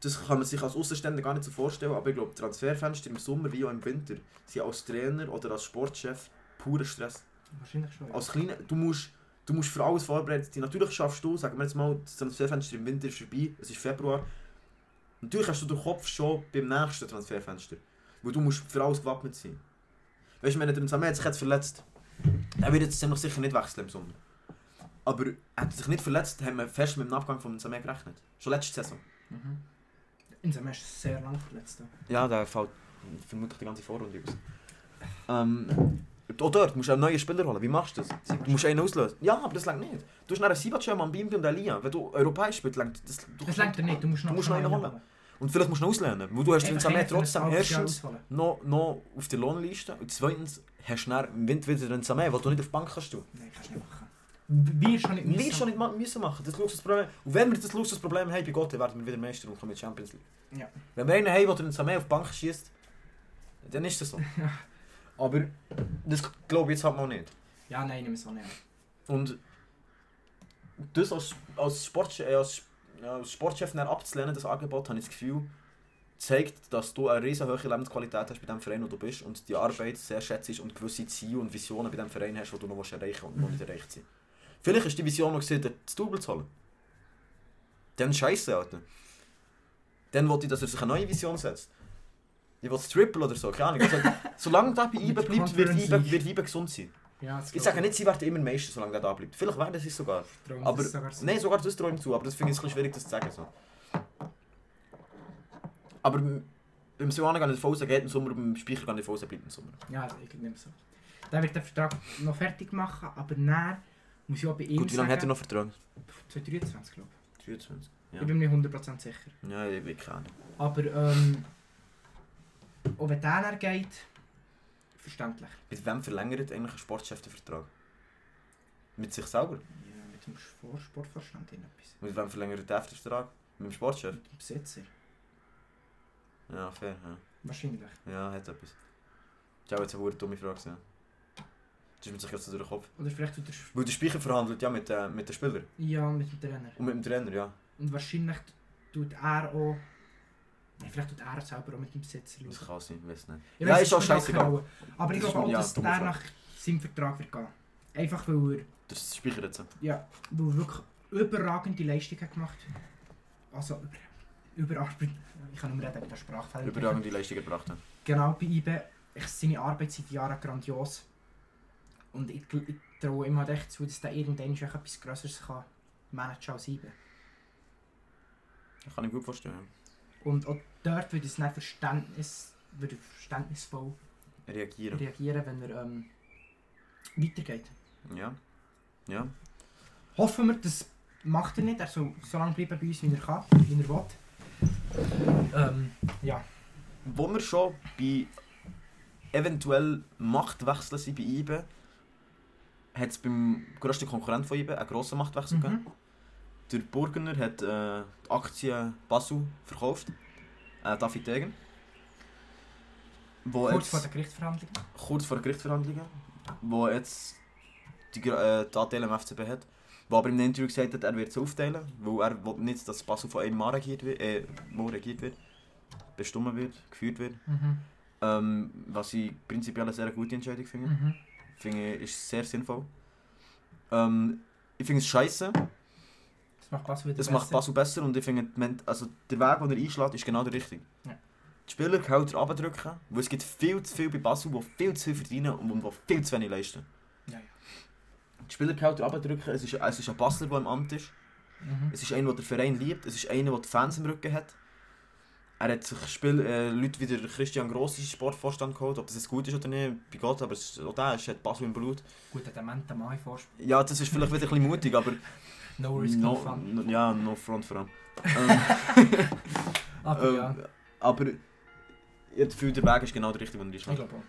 Speaker 1: Das kann man sich als Außenstehender gar nicht so vorstellen, aber ich glaube, Transferfenster im Sommer wie auch im Winter sind als Trainer oder als Sportchef purer Stress.
Speaker 2: Wahrscheinlich schon. Ja.
Speaker 1: als Kleiner, du musst, du musst für alles vorbereitet sein. Natürlich schaffst du, sagen wir jetzt mal, das Transferfenster im Winter ist vorbei, es ist Februar. Natürlich hast du den Kopf schon beim nächsten Transferfenster. Weil du musst für alles gewappnet sein. Weißt du, wenn der Samet sich jetzt verletzt, dann wird jetzt ziemlich sicher nicht wechseln im Sommer. Aber hätte er sich nicht verletzt, haben wir fest mit dem Abgang von Samet gerechnet. Schon letzte Saison.
Speaker 2: Mhm. Insofern ist es sehr lang verletzt. da.
Speaker 1: Ja, der fällt vermutlich die ganze Vorrunde aus. Ähm, auch dort musst du einen neuen Spieler holen. Wie machst du das? Du musst einen auslösen. Ja, aber das langt nicht. Du hast nachher Sibacha, Mambimbi und Elia. Wenn du europäisch spielst, langt das. Du
Speaker 2: Das reicht dir nicht, du musst noch,
Speaker 1: Du musst noch einen holen.
Speaker 2: holen.
Speaker 1: Und Und vielleicht musst du ihn auslehnen, weil du hast
Speaker 2: Eben,
Speaker 1: den Samet
Speaker 2: einer von den
Speaker 1: trotzdem
Speaker 2: Stars ist ja
Speaker 1: erstens
Speaker 2: auswählen.
Speaker 1: noch, noch auf der Lohnliste und zweitens hast du dann Wind wieder den Samet, weil du nicht auf die Bank kannst tun.
Speaker 2: Nein, kannst du nicht machen. Wir schon nicht
Speaker 1: Wir schon nicht ma- müssen machen, das Luxusproblem. Und wenn wir das Luxusproblem haben, bei Gott, dann werden wir wieder Meister und kommen in die Champions League.
Speaker 2: Ja.
Speaker 1: Wenn wir einen haben, der den Samet auf die Bank schießt, dann ist das so. Aber das glaube ich jetzt halt mal nicht.
Speaker 2: Ja, nein, nehmen wir es auch nicht.
Speaker 1: Und das als, als, Sport, äh, als, äh, als Sportchef dann abzulehnen, das Angebot, habe ich das Gefühl, zeigt, dass du eine riesen hohe Lebensqualität hast bei dem Verein, wo du bist und die Arbeit sehr schätzt und gewisse Ziele und Visionen bei dem Verein hast, die du noch willst erreichen und noch nicht erreicht sind. Vielleicht ist die Vision noch gewesen, den Double zu holen. Dann scheiße, Alter. Dann wollte ich, dass er sich eine neue Vision setzt. Ich will das Triple oder so, keine Ahnung. Also, solange der bei
Speaker 2: Mit
Speaker 1: IBE bleibt, wird
Speaker 2: Conference
Speaker 1: IBE,
Speaker 2: League.
Speaker 1: wird IBE gesund sein.
Speaker 2: Ja, das
Speaker 1: Ich
Speaker 2: glaub
Speaker 1: sage nicht, sie werden immer Meister, solange der da bleibt. Vielleicht werden sie es sogar.
Speaker 2: Darum
Speaker 1: aber-
Speaker 2: ist es sogar so.
Speaker 1: Nein, sogar das träumt zu, aber das finde ich ein bisschen schwierig, das zu sagen. So. Aber m- beim Silvana kann ich davon ausgehen, er geht im Sommer, beim Speicher kann ich davon ausgehen, er bleibt im Sommer.
Speaker 2: Ja, also, ich nehme es auch. Dann wird der Vertrag noch fertig machen, aber näher muss ich auch bei ihm
Speaker 1: Gut, wie lange
Speaker 2: sagen,
Speaker 1: hat er noch Vertrag?
Speaker 2: 2023, glaube
Speaker 1: 23.
Speaker 2: ich.
Speaker 1: Ja.
Speaker 2: Ich bin mir nicht 100% sicher.
Speaker 1: Ja, ich will keine.
Speaker 2: Aber, ähm... Ob er dann näher geht... Verständlich.
Speaker 1: Mit wem verlängert eigentlich ein Sportchef den Vertrag? Mit sich selber?
Speaker 2: Ja, mit dem Vor- Sportvorstand in etwas.
Speaker 1: Mit wem verlängert er den Vertrag? Mit dem Sportchef?
Speaker 2: Mit dem Besitzer.
Speaker 1: Ja, fair. Ja,
Speaker 2: Wahrscheinlich.
Speaker 1: ja hat etwas. Das ist auch jetzt eine verdammt dumme Frage. gewesen, Ja. Das ist mir sicher jetzt durch den Kopf.
Speaker 2: Oder vielleicht tut er... Sch-
Speaker 1: Weil der Speicher verhandelt ja mit, äh, mit den Spielern
Speaker 2: Ja, mit dem Trainer.
Speaker 1: und mit dem Trainer, ja.
Speaker 2: Und wahrscheinlich tut er auch... Nein, vielleicht tut er selber auch mit dem Besitzer schauen.
Speaker 1: Das kann sein, ich weiß nicht.
Speaker 2: Ich
Speaker 1: ja,
Speaker 2: weiss,
Speaker 1: ist auch
Speaker 2: es spielt keine
Speaker 1: scheißegal.
Speaker 2: Rolle. Aber ich
Speaker 1: Das
Speaker 2: glaube auch,
Speaker 1: ist mir- ja,
Speaker 2: dass
Speaker 1: dumme
Speaker 2: der
Speaker 1: Frage.
Speaker 2: nach seinem Vertrag wird gehen. Einfach weil er,
Speaker 1: Das speichert jetzt.
Speaker 2: ja, weil er wirklich überragende Leistungen hat gemacht Also, über, überarbeit. Ich kann nur reden mit der Sprachfehler.
Speaker 1: Überragende Leistung erbracht. haben.
Speaker 2: Genau, bei IBE. Ich, seine Arbeit seit Jahren grandios. Und ich, gl- ich traue ihm halt echt zu, dass der irgendwann schon etwas Größeres kann managen als IBE.
Speaker 1: Das kann ich mir gut vorstellen.
Speaker 2: Und auch dort würde es nicht Verständnis, würde verständnisvoll
Speaker 1: ja. Reagieren.
Speaker 2: reagieren, wenn er ähm, weitergeht.
Speaker 1: Ja. Ja.
Speaker 2: Hoffen wir, das macht er nicht. Er soll so lange bleiben bei uns, wie er kann, wie er will. Ähm, ja.
Speaker 1: Wo wir schon bei eventuell Machtwechseln sind bei IBE, hat es beim grössten Konkurrent von IBE einen grossen Machtwechsel gegeben.
Speaker 2: Mhm.
Speaker 1: Der Burgener hat äh, die Aktie Basel verkauft. Äh, David Degen. Wo
Speaker 2: Kurz
Speaker 1: Oh,
Speaker 2: vor
Speaker 1: jetzt-
Speaker 2: der Gerichtsverhandlung.
Speaker 1: kurz vor Gerichtsverhandlungen, wo jetzt die, Gra- äh, die Anteile im FCB hat, wo aber im Interview gesagt hat, er wird es aufteilen, weil er will nicht, dass Basel von einem Mann regiert wird, äh, Mann regiert wird, bestimmt wird, geführt wird.
Speaker 2: Mhm.
Speaker 1: Ähm, was ich prinzipiell eine sehr gute Entscheidung finde.
Speaker 2: Mhm.
Speaker 1: Finde ich, ist sehr sinnvoll. Ähm, ich finde es scheiße,
Speaker 2: Das macht Basel wieder
Speaker 1: das
Speaker 2: besser.
Speaker 1: macht Basel besser und ich finde, die Men- also der Weg, den er einschlägt, ist genau der richtige.
Speaker 2: Ja.
Speaker 1: Die Spieler gehört runterdrücken, weil es gibt viel zu viel bei Basel, die viel zu viel verdienen und die viel zu wenig leisten.
Speaker 2: Ja, ja.
Speaker 1: Die Spieler gehört runterdrücken, es ist, es ist ein Basler, der im Amt ist.
Speaker 2: Mhm.
Speaker 1: Es ist einer, der den Verein liebt, es ist einer, der die Fans im Rücken hat. Er hat sich Spiel, äh, Leute wie der Christian Gross in den Sportvorstand geholt, ob das jetzt gut ist oder nicht, bei Gott, aber es ist, auch der ist, hat Basel im Blut.
Speaker 2: Gut, hat der Mann den Mann vorspielt.
Speaker 1: Ja, das ist vielleicht wieder ein bisschen mutig, aber...
Speaker 2: No risk, no, fun.
Speaker 1: no, ja, no front vor allem. Ähm,
Speaker 2: Aber
Speaker 1: Ähm,
Speaker 2: ja,
Speaker 1: Aber ich habe das Gefühl, der Weg ist genau der richtige, den er
Speaker 2: ich
Speaker 1: einschlägt.
Speaker 2: glaube auch.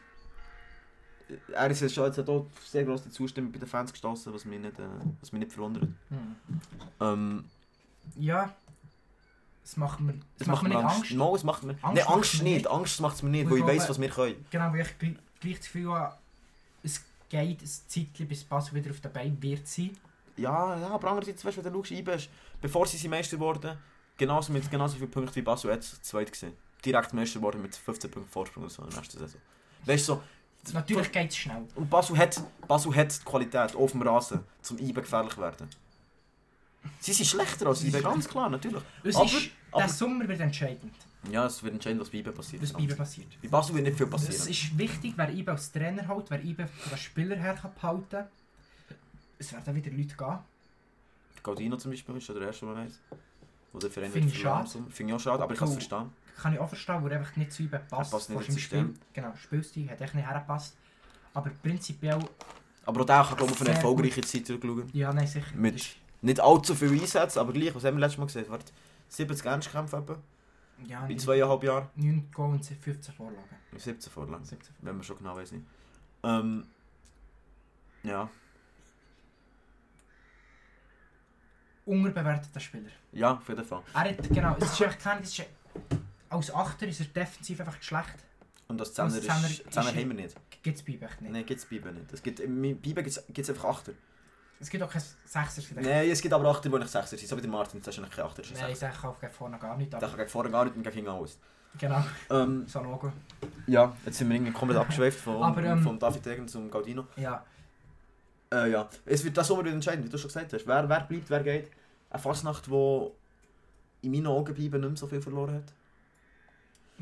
Speaker 1: Er ist jetzt schon jetzt hat auch sehr grosse Zustimmung bei den Fans gestossen, was mich nicht, äh, was mich nicht verwundert.
Speaker 2: Mhm.
Speaker 1: Ähm,
Speaker 2: Ja. Das macht mir, das
Speaker 1: es
Speaker 2: macht mir nicht Angst.
Speaker 1: Nein, es macht mir
Speaker 2: Angst
Speaker 1: Nein,
Speaker 2: macht's
Speaker 1: Angst
Speaker 2: mir
Speaker 1: nicht. Angst macht es mir nicht,
Speaker 2: Ich
Speaker 1: weil ich
Speaker 2: glaube,
Speaker 1: weiß, was wir können.
Speaker 2: Genau, weil ich gl- gleich das Gefühl habe, es geht ein Zeitchen, bis Basel wieder auf der Beine wird sein.
Speaker 1: Ja, ja, aber andererseits, weißt du, wenn du schaust, IBE, bevor sie sind Meister wurden, genauso mit genauso vielen Punkten wie Basel jetzt zweit gesehen. Direkt Meister geworden mit 15 Punkten Vorsprung oder so in der nächsten Saison. Weißt du, so,
Speaker 2: Natürlich geht es schnell.
Speaker 1: und Basel hat, Basel hat die Qualität auf dem Rasen, zum IBE gefährlich zu werden. Sie sind schlechter als IBE, ganz klar, natürlich.
Speaker 2: Es
Speaker 1: Aber-
Speaker 2: ist,
Speaker 1: aber-
Speaker 2: der Sommer wird entscheidend,
Speaker 1: Ja, es wird entscheidend, was bei IBE passiert.
Speaker 2: was bei ihm passiert.
Speaker 1: Bei Basel wird nicht viel passieren.
Speaker 2: Es ist wichtig, wer IBE als Trainer hält, wer IBE als Spieler her kann behalten. Es werden wieder Leute gehen.
Speaker 1: Gaudino zum Beispiel ist ja der erste, der weiß. Wo der Verein
Speaker 2: Finde
Speaker 1: wird
Speaker 2: ich
Speaker 1: verloren.
Speaker 2: schade.
Speaker 1: Finde ich auch schade, aber ich kann es
Speaker 2: Du-
Speaker 1: verstehen.
Speaker 2: Kann ich auch verstehen, wo er einfach nicht zu IBE passt.
Speaker 1: passt nicht
Speaker 2: was
Speaker 1: ins
Speaker 2: im
Speaker 1: System.
Speaker 2: Spiel. Genau, Spielstil hat echt nicht hergepasst. Aber prinzipiell,
Speaker 1: Aber auch der kann glaube ich, auf eine
Speaker 2: Sehr
Speaker 1: erfolgreiche Zeit zurückschauen.
Speaker 2: ja, nein, sicher.
Speaker 1: Mit-
Speaker 2: Das ist-
Speaker 1: Nicht allzu viele Einsätze, aber gleich, was haben wir letztes Mal gesehen? Warte, 70 Ernstkämpfe etwa.
Speaker 2: Ja,
Speaker 1: In zweieinhalb Jahren?
Speaker 2: 9 Goal und 15 Vorlagen.
Speaker 1: In 17 Vorlagen.
Speaker 2: 17
Speaker 1: Wenn man schon genau weiß nicht. Ähm, ja.
Speaker 2: Unterbewerteter Spieler.
Speaker 1: Ja, auf jeden Fall.
Speaker 2: Er hat, genau, es ist einfach keine, es ist, als Achter ist er defensiv einfach schlecht.
Speaker 1: Und als Zehner
Speaker 2: Als
Speaker 1: ist...
Speaker 2: Zehner
Speaker 1: Zehner
Speaker 2: ist-
Speaker 1: haben wir nicht.
Speaker 2: Gibt es bei Becht nicht.
Speaker 1: Nein, gibt es Biber nicht. Es gibt, in Biber gibt es einfach Achter.
Speaker 2: Es gibt auch kein Sechser für dich.
Speaker 1: Nein, es gibt aber Achter, die nicht Sechser sind. So wie der Martin, das ist eigentlich kein Achter, das ist ein
Speaker 2: Nein, ich
Speaker 1: Sechser.
Speaker 2: sage auch gegen vorne gar nicht.
Speaker 1: Der
Speaker 2: Aber,
Speaker 1: kann gegen vorne gar nicht und gegen hinten alles.
Speaker 2: genau,
Speaker 1: Ähm,
Speaker 2: so ein Logo.
Speaker 1: ja, jetzt sind wir irgendwie komplett abgeschweift von,
Speaker 2: Aber, ähm,
Speaker 1: vom David Degen zum Gaudino.
Speaker 2: Ja,
Speaker 1: Äh, ja. Es wird das Sommer wieder entscheiden, wie du schon gesagt hast. Wer, wer bleibt, wer geht. Eine Fasnacht, die in meinen Augen bleiben nicht mehr so viel verloren hat.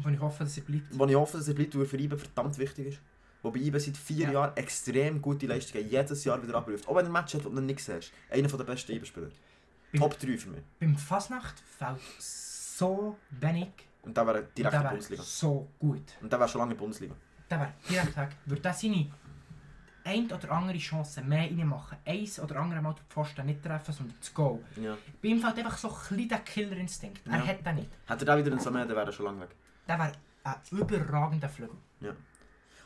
Speaker 2: und ich hoffe, dass er bleibt.
Speaker 1: Wo ich hoffe, dass er bleibt, weil er für IBE verdammt wichtig ist. Wobei IBE seit vier
Speaker 2: Ja.
Speaker 1: Jahren extrem gute Leistungen jedes Jahr wieder abruft. Auch wenn er ein Match hat, und du nicht siehst. Einer der besten IBE-Spieler.
Speaker 2: Bin-
Speaker 1: Top 3 für mich.
Speaker 2: Beim Fasnacht fällt so wenig.
Speaker 1: Und der wäre direkt
Speaker 2: Und
Speaker 1: in
Speaker 2: der
Speaker 1: der
Speaker 2: wär
Speaker 1: Bundesliga.
Speaker 2: So gut.
Speaker 1: Und der wäre schon lange in der Bundesliga.
Speaker 2: Der wäre direkt weg. Würde er seine ein oder andere Chance mehr reinmachen, eins oder andere Mal den Pfosten nicht treffen, sondern das Goal.
Speaker 1: Ja.
Speaker 2: Bei ihm fällt einfach so ein bisschen der Killerinstinkt. Er
Speaker 1: Ja.
Speaker 2: hat den nicht.
Speaker 1: Hätte er da wieder einen Sommer, dann wäre er schon lange weg.
Speaker 2: Der wäre ein überragender Flügel.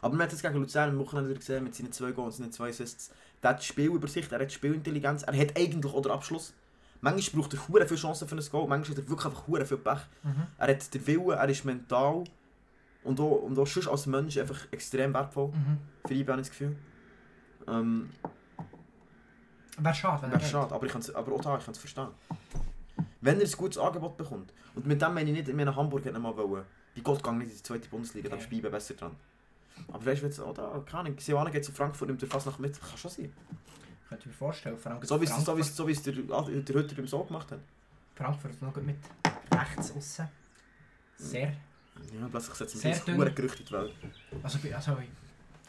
Speaker 1: Aber man hat es gegen Luzern am Wochenende wieder gesehen, mit seinen zwei Goals und seinen zwei Assists. Der hat die Spielübersicht, er hat die Spielintelligenz, er hat eigentlich auch den Abschluss. Manchmal braucht er hure viele Chancen für ein Goal, manchmal hat er wirklich einfach hure viel Pech.
Speaker 2: Mhm.
Speaker 1: Er hat den Willen, er ist mental und auch, und auch sonst als Mensch einfach extrem wertvoll.
Speaker 2: Mhm.
Speaker 1: Für ihn habe ich das Gefühl. Ähm,
Speaker 2: Wäre schade, wenn er
Speaker 1: Wäre
Speaker 2: geht.
Speaker 1: schade, aber, ich kann's, aber auch da, ich kann es verstehen. Wenn er ein gutes Angebot bekommt, und mit dem meine ich nicht, ich meine, Hamburg hat ihn mal wollen. Bei Gott gang nicht in die zweite Bundesliga, da
Speaker 2: Okay.
Speaker 1: ist Bibe besser dran. Aber weißt du, jetzt, oh, da, keine Ahnung, Silvana geht zu Frankfurt, nimmt er fast nach mit, kann schon sein.
Speaker 2: Könnt ihr mir vorstellen. Vor allem
Speaker 1: So wie es so
Speaker 2: Frankfurt,
Speaker 1: wie es- so wie es der, der Hütter beim Soul gemacht hat.
Speaker 2: Frankfurt noch gut mit rechts aussen. Sehr.
Speaker 1: Ja, plötzlich setzt
Speaker 2: Sehr
Speaker 1: man sich
Speaker 2: dünn.
Speaker 1: ein Gerücht in die Welt.
Speaker 2: Also, bei- also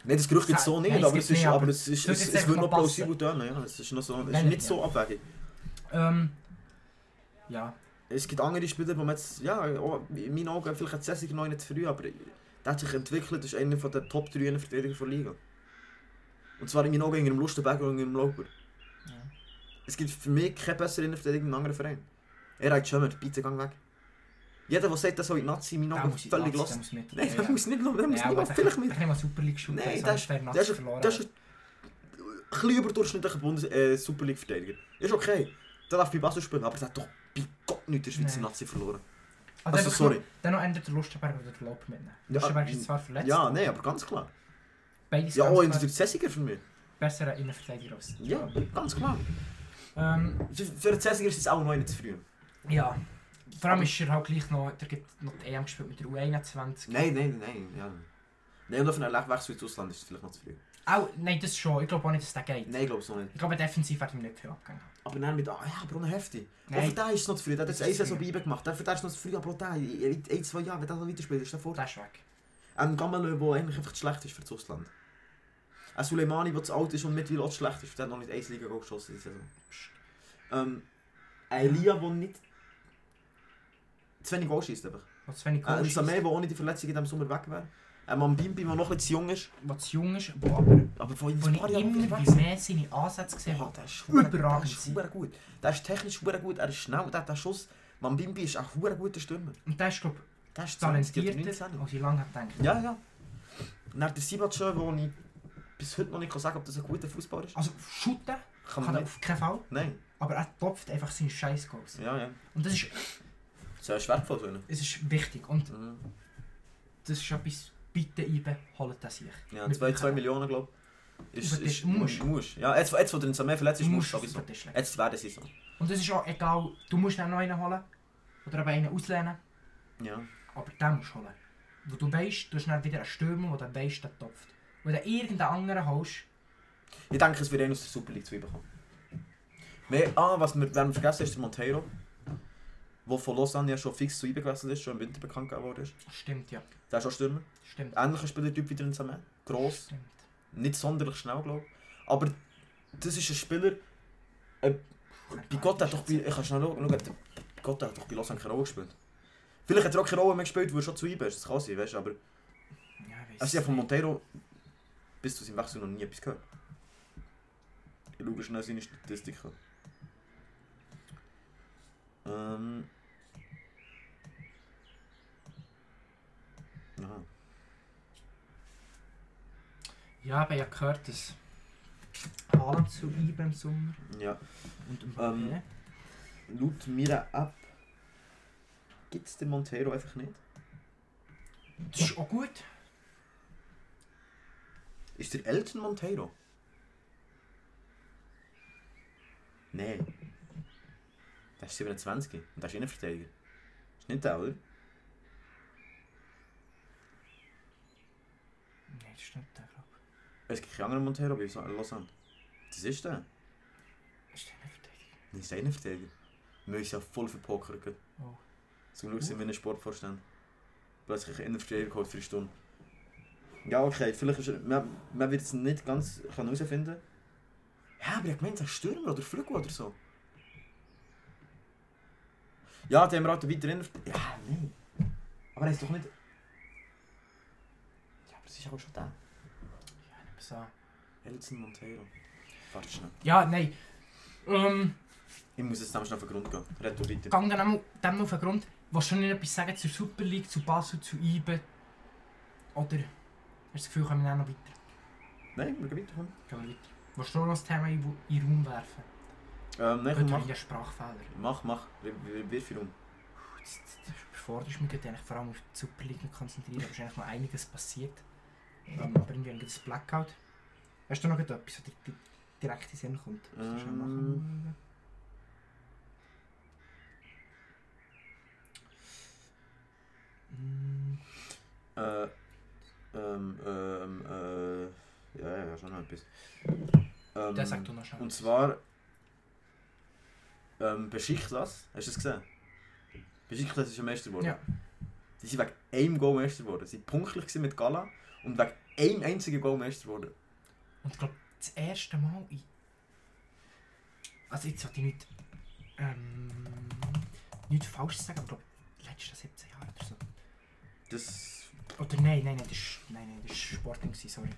Speaker 1: Nein, das Gerücht jetzt so
Speaker 2: Nein,
Speaker 1: nicht,
Speaker 2: es
Speaker 1: aber,
Speaker 2: gibt
Speaker 1: es, ist,
Speaker 2: nicht, aber
Speaker 1: aber es, ist,
Speaker 2: sollte
Speaker 1: es,
Speaker 2: jetzt
Speaker 1: es wird
Speaker 2: einfach
Speaker 1: noch
Speaker 2: mal
Speaker 1: plausibel tun. Ja, es ist, noch so, es ist
Speaker 2: Wenn-
Speaker 1: nicht so abwegig.
Speaker 2: ähm, ja.
Speaker 1: Es gibt andere Spieler, die man jetzt, ja, auch in meinen Augen, vielleicht hat Sessig noch nicht zu früh, aber der hat sich entwickelt, ist einer von der Top 3 Verteidiger der Liga. Und zwar in meinen Augen gegen einen Lustenberger und gegen einen Lauber.
Speaker 2: ja.
Speaker 1: Es gibt für mich keine bessere Innenverteidiger in einem anderen Verein. Er hat schon bitte gang weg. Jeder, der sagt, das soll in die Nazi, in meinen
Speaker 2: Der
Speaker 1: Augen
Speaker 2: muss-
Speaker 1: völlig
Speaker 2: der
Speaker 1: los.
Speaker 2: muss mit.
Speaker 1: Nein,
Speaker 2: Ja,
Speaker 1: der
Speaker 2: ja.
Speaker 1: muss nicht, der muss nicht,
Speaker 2: Ja, aber
Speaker 1: mal,
Speaker 2: der-
Speaker 1: vielleicht
Speaker 2: der
Speaker 1: mit.
Speaker 2: kann nicht mal Super League shooten,
Speaker 1: Nein,
Speaker 2: sonst
Speaker 1: das ist,
Speaker 2: wäre Nazi
Speaker 1: das ist,
Speaker 2: verloren.
Speaker 1: das ist ein bisschen überdurchschnittlicher Bundes äh, Super League Verteidiger. Ist okay, der darf bei Basel spielen, aber der hat doch bei Gott nicht der Schweizer
Speaker 2: Nein.
Speaker 1: Nazi verloren. also,
Speaker 2: Also einfach
Speaker 1: sorry.
Speaker 2: Noch, dann noch ändert der Lustenberg oder der Lob mitnehmen.
Speaker 1: Ja,
Speaker 2: Lustenberg
Speaker 1: ähm,
Speaker 2: ist zwar verletzt,
Speaker 1: Ja, nein, aber ganz klar.
Speaker 2: beides
Speaker 1: Ja, oh,
Speaker 2: ganz
Speaker 1: auch in der
Speaker 2: klar
Speaker 1: Zessiger für mich.
Speaker 2: bessere Innenverteidiger als der
Speaker 1: Ja,
Speaker 2: Lob.
Speaker 1: ganz klar.
Speaker 2: Ähm,
Speaker 1: Für, für den Zessiger ist es auch noch nicht zu früh.
Speaker 2: ja. Vor allem ist er halt gleich noch, der gibt noch die EM gespielt mit der U21.
Speaker 1: Nein, nein, nein, ja. Nein, und auf einen Wechsel ins Ausland ist es vielleicht noch zu früh.
Speaker 2: Auch, nein, das schon. Ich glaube auch nicht, dass der geht.
Speaker 1: Nein, ich glaube es noch nicht.
Speaker 2: Ich glaube, defensiv werden wir nicht viel abgegangen.
Speaker 1: Aber dann mit, ah ja, aber ohne Hefti. Auch
Speaker 2: Nein.
Speaker 1: für den ist es noch zu früh. Der hat
Speaker 2: Das
Speaker 1: jetzt
Speaker 2: ist
Speaker 1: eine Saison
Speaker 2: zu
Speaker 1: bei ihm gemacht. Der- Für den ist es noch zu früh, aber auch der, in in ein, zwei Jahren, wenn der noch weiterspielt, ist der vor.
Speaker 2: Der ist weg.
Speaker 1: Ein Gamelö, der eigentlich einfach zu schlecht ist für das Ausland. Ein Suleimani, der zu alt ist und mittlerweile auch zu schlecht ist, der hat noch nicht eine Liga geschossen in der Saison.
Speaker 2: Psst.
Speaker 1: Ähm, ein Elia, der nicht... zu wenig Goal schießt, Äh, aber.
Speaker 2: Wo zu wenig
Speaker 1: Ein
Speaker 2: Goals
Speaker 1: Samé, der ohne die Verletzung in diesem Sommer weg wäre. Ein Mambimbi, der noch ein bisschen zu jung ist.
Speaker 2: schießt, wo zu jung ist, wo aber
Speaker 1: Aber von
Speaker 2: wo
Speaker 1: ein
Speaker 2: ich
Speaker 1: paar Jahren
Speaker 2: immer
Speaker 1: wieder
Speaker 2: bei
Speaker 1: weg ist.
Speaker 2: mehr seine Ansätze gesehen
Speaker 1: Ja,
Speaker 2: habe.
Speaker 1: der ist
Speaker 2: Überragend
Speaker 1: verdammt- Der ist
Speaker 2: sein.
Speaker 1: verdammt gut. Der ist technisch verdammt gut, er ist schnell, der hat den Schuss. Mambimbi ist ein verdammt guter Stürmer.
Speaker 2: Und der ist, glaube ich,
Speaker 1: Der ist 20 oder 19.
Speaker 2: talentierter, als ich lange gedacht habe.
Speaker 1: Ja, ja. Und dann der Sibatschö, wo ich bis heute noch nicht sagen kann, ob das ein guter Fußballer ist.
Speaker 2: Also, shooten
Speaker 1: Kann
Speaker 2: kann
Speaker 1: man
Speaker 2: er
Speaker 1: nicht.
Speaker 2: auf keinen Fall.
Speaker 1: Nein.
Speaker 2: Aber er topft einfach seine scheiß Goals.
Speaker 1: Ja, ja.
Speaker 2: Und das ist,
Speaker 1: Das ist wertvoll tun.
Speaker 2: es ist wichtig. Und
Speaker 1: Mhm.
Speaker 2: das ist etwas, bitte eben, holt das sich.
Speaker 1: Ja,
Speaker 2: Wir
Speaker 1: 2
Speaker 2: brauchen-
Speaker 1: Millionen, glaube ich. Ist,
Speaker 2: Über
Speaker 1: ist,
Speaker 2: die- musst.
Speaker 1: musst. Ja, jetzt, jetzt wo der Samé verletzt
Speaker 2: Du
Speaker 1: ist, musst
Speaker 2: musst
Speaker 1: du
Speaker 2: auf den
Speaker 1: sowieso.
Speaker 2: Tisch legen.
Speaker 1: Jetzt wäre es so.
Speaker 2: Und das ist auch egal, du musst dann noch einen holen. Oder eben einen auslehnen.
Speaker 1: Ja.
Speaker 2: Aber den musst du holen. Wo du weißt, du hast dann wieder einen Stürmer, der dann weißt, der topft. Wenn du irgendeinen anderen holst,
Speaker 1: Ich denke, es wird eh aus der Super League zu bekommen. Wir, ah, was wir, werden vergessen ist der Monteiro, der von Lausanne ja schon fix zu ihm gewechselt ist, schon im Winter bekannt gegeben worden ist.
Speaker 2: stimmt ja.
Speaker 1: Der ist auch Stürmer.
Speaker 2: Stimmt.
Speaker 1: Ähnlicher Spielertyp wie der Nsamen. Gross,
Speaker 2: Stimmt.
Speaker 1: nicht sonderlich schnell, glaube ich. Aber das ist ein Spieler, bei Gott hat doch bei, ich kann schnell schauen, schau, bei Gott hat doch bei Lausanne keine Rolle gespielt. Vielleicht hat er auch keine Rolle mehr gespielt, weil er schon zu ihm ist, das kann sein, weißt du, aber
Speaker 2: Ja, ich weiss.
Speaker 1: also ich habe von Monteiro bis zu seinem Wechsel noch nie etwas gehört. Ich schaue schnell seine Statistiken. Ehm. Ähm,
Speaker 2: Ja, aber ich habe gehört, dass Haaland zu ihm im Sommer
Speaker 1: Ja.
Speaker 2: und im
Speaker 1: Ähm,
Speaker 2: Mbappé.
Speaker 1: Laut meiner App gibt es den Montero einfach nicht.
Speaker 2: Das ist auch gut.
Speaker 1: Ist der Elton Monteiro? Nein. Der ist 27 und der ist Innenverteidiger. Ist nicht der, oder?
Speaker 2: Nein, das stimmt, der glaube
Speaker 1: Es gibt keinen anderen Montero bei so- Lausanne. Das ist der.
Speaker 2: ich. Ist der nicht verteidigt?
Speaker 1: Das ist der Innenverteidiger. Wir sind ja voll verpokert. gerade.
Speaker 2: Oh.
Speaker 1: Zum Glück sind wir in einem Sportvorstand. Plötzlich einen Innenverteidiger geholt für eine Stunde. Ja, okay, vielleicht ist er... Man, man wird es nicht ganz kann herausfinden. Ja, aber ich meinte, ein Stürmer oder Flügel oder so. Ja, die haben wir halt weiter Innenver- Ja, nein. Aber er ist doch nicht... Ja, aber es ist auch schon der.
Speaker 2: Ja, nicht mehr so.
Speaker 1: Elton Monteiro. Warte schnell.
Speaker 2: Ja, nein. Ähm,
Speaker 1: Ich muss jetzt nämlich auf den Grund gehen. Red du weiter.
Speaker 2: gang dann einmal dem auf den Grund. Willst du nicht etwas sagen zur Super League, zu Basel, zu IBE? Oder hast du das Gefühl, kommen wir dann noch weiter?
Speaker 1: Nein, wir gehen weiter.
Speaker 2: Gehen wir weiter. Willst du noch das Thema in in den Raum werfen?
Speaker 1: Ähm, nein, komm,
Speaker 2: Heute
Speaker 1: mach.
Speaker 2: habe ich einen Sprachfehler.
Speaker 1: Mach, mach. Wir- wir- Wirf ihn um.
Speaker 2: Puh, das- das- das Bevorderst mich gerade eigentlich vor allem auf die Super League nicht konzentrieren, aber es ist eigentlich noch einiges passiert. Ähm, aber irgendwie ein das Blackout. Hast du noch etwas, was dir dir direkt in den Sinn kommt? Was du schon machen? Mm,
Speaker 1: Äh, ähm, ähm, äh, ja, ja, ja, schon noch etwas. Ähm,
Speaker 2: Der sagt du noch schnell.
Speaker 1: Und zwar, ähm, Besiktas, hast du das gesehen? Besiktas ist ja Meister geworden.
Speaker 2: Ja.
Speaker 1: Die sind wegen einem Goal Meister geworden. Sie waren punktlich gewesen mit Gala und wegen einem einzigen Goal Meister geworden.
Speaker 2: Und ich glaube, das erste Mal in. Also, jetzt sollte ich nicht. Ähm, nicht falsch sagen, aber ich glaube, letzte 17 Jahre oder so.
Speaker 1: Das,
Speaker 2: Oder nein, nein, nein, das ist, nein, nein, das ist Sporting, gewesen, sorry.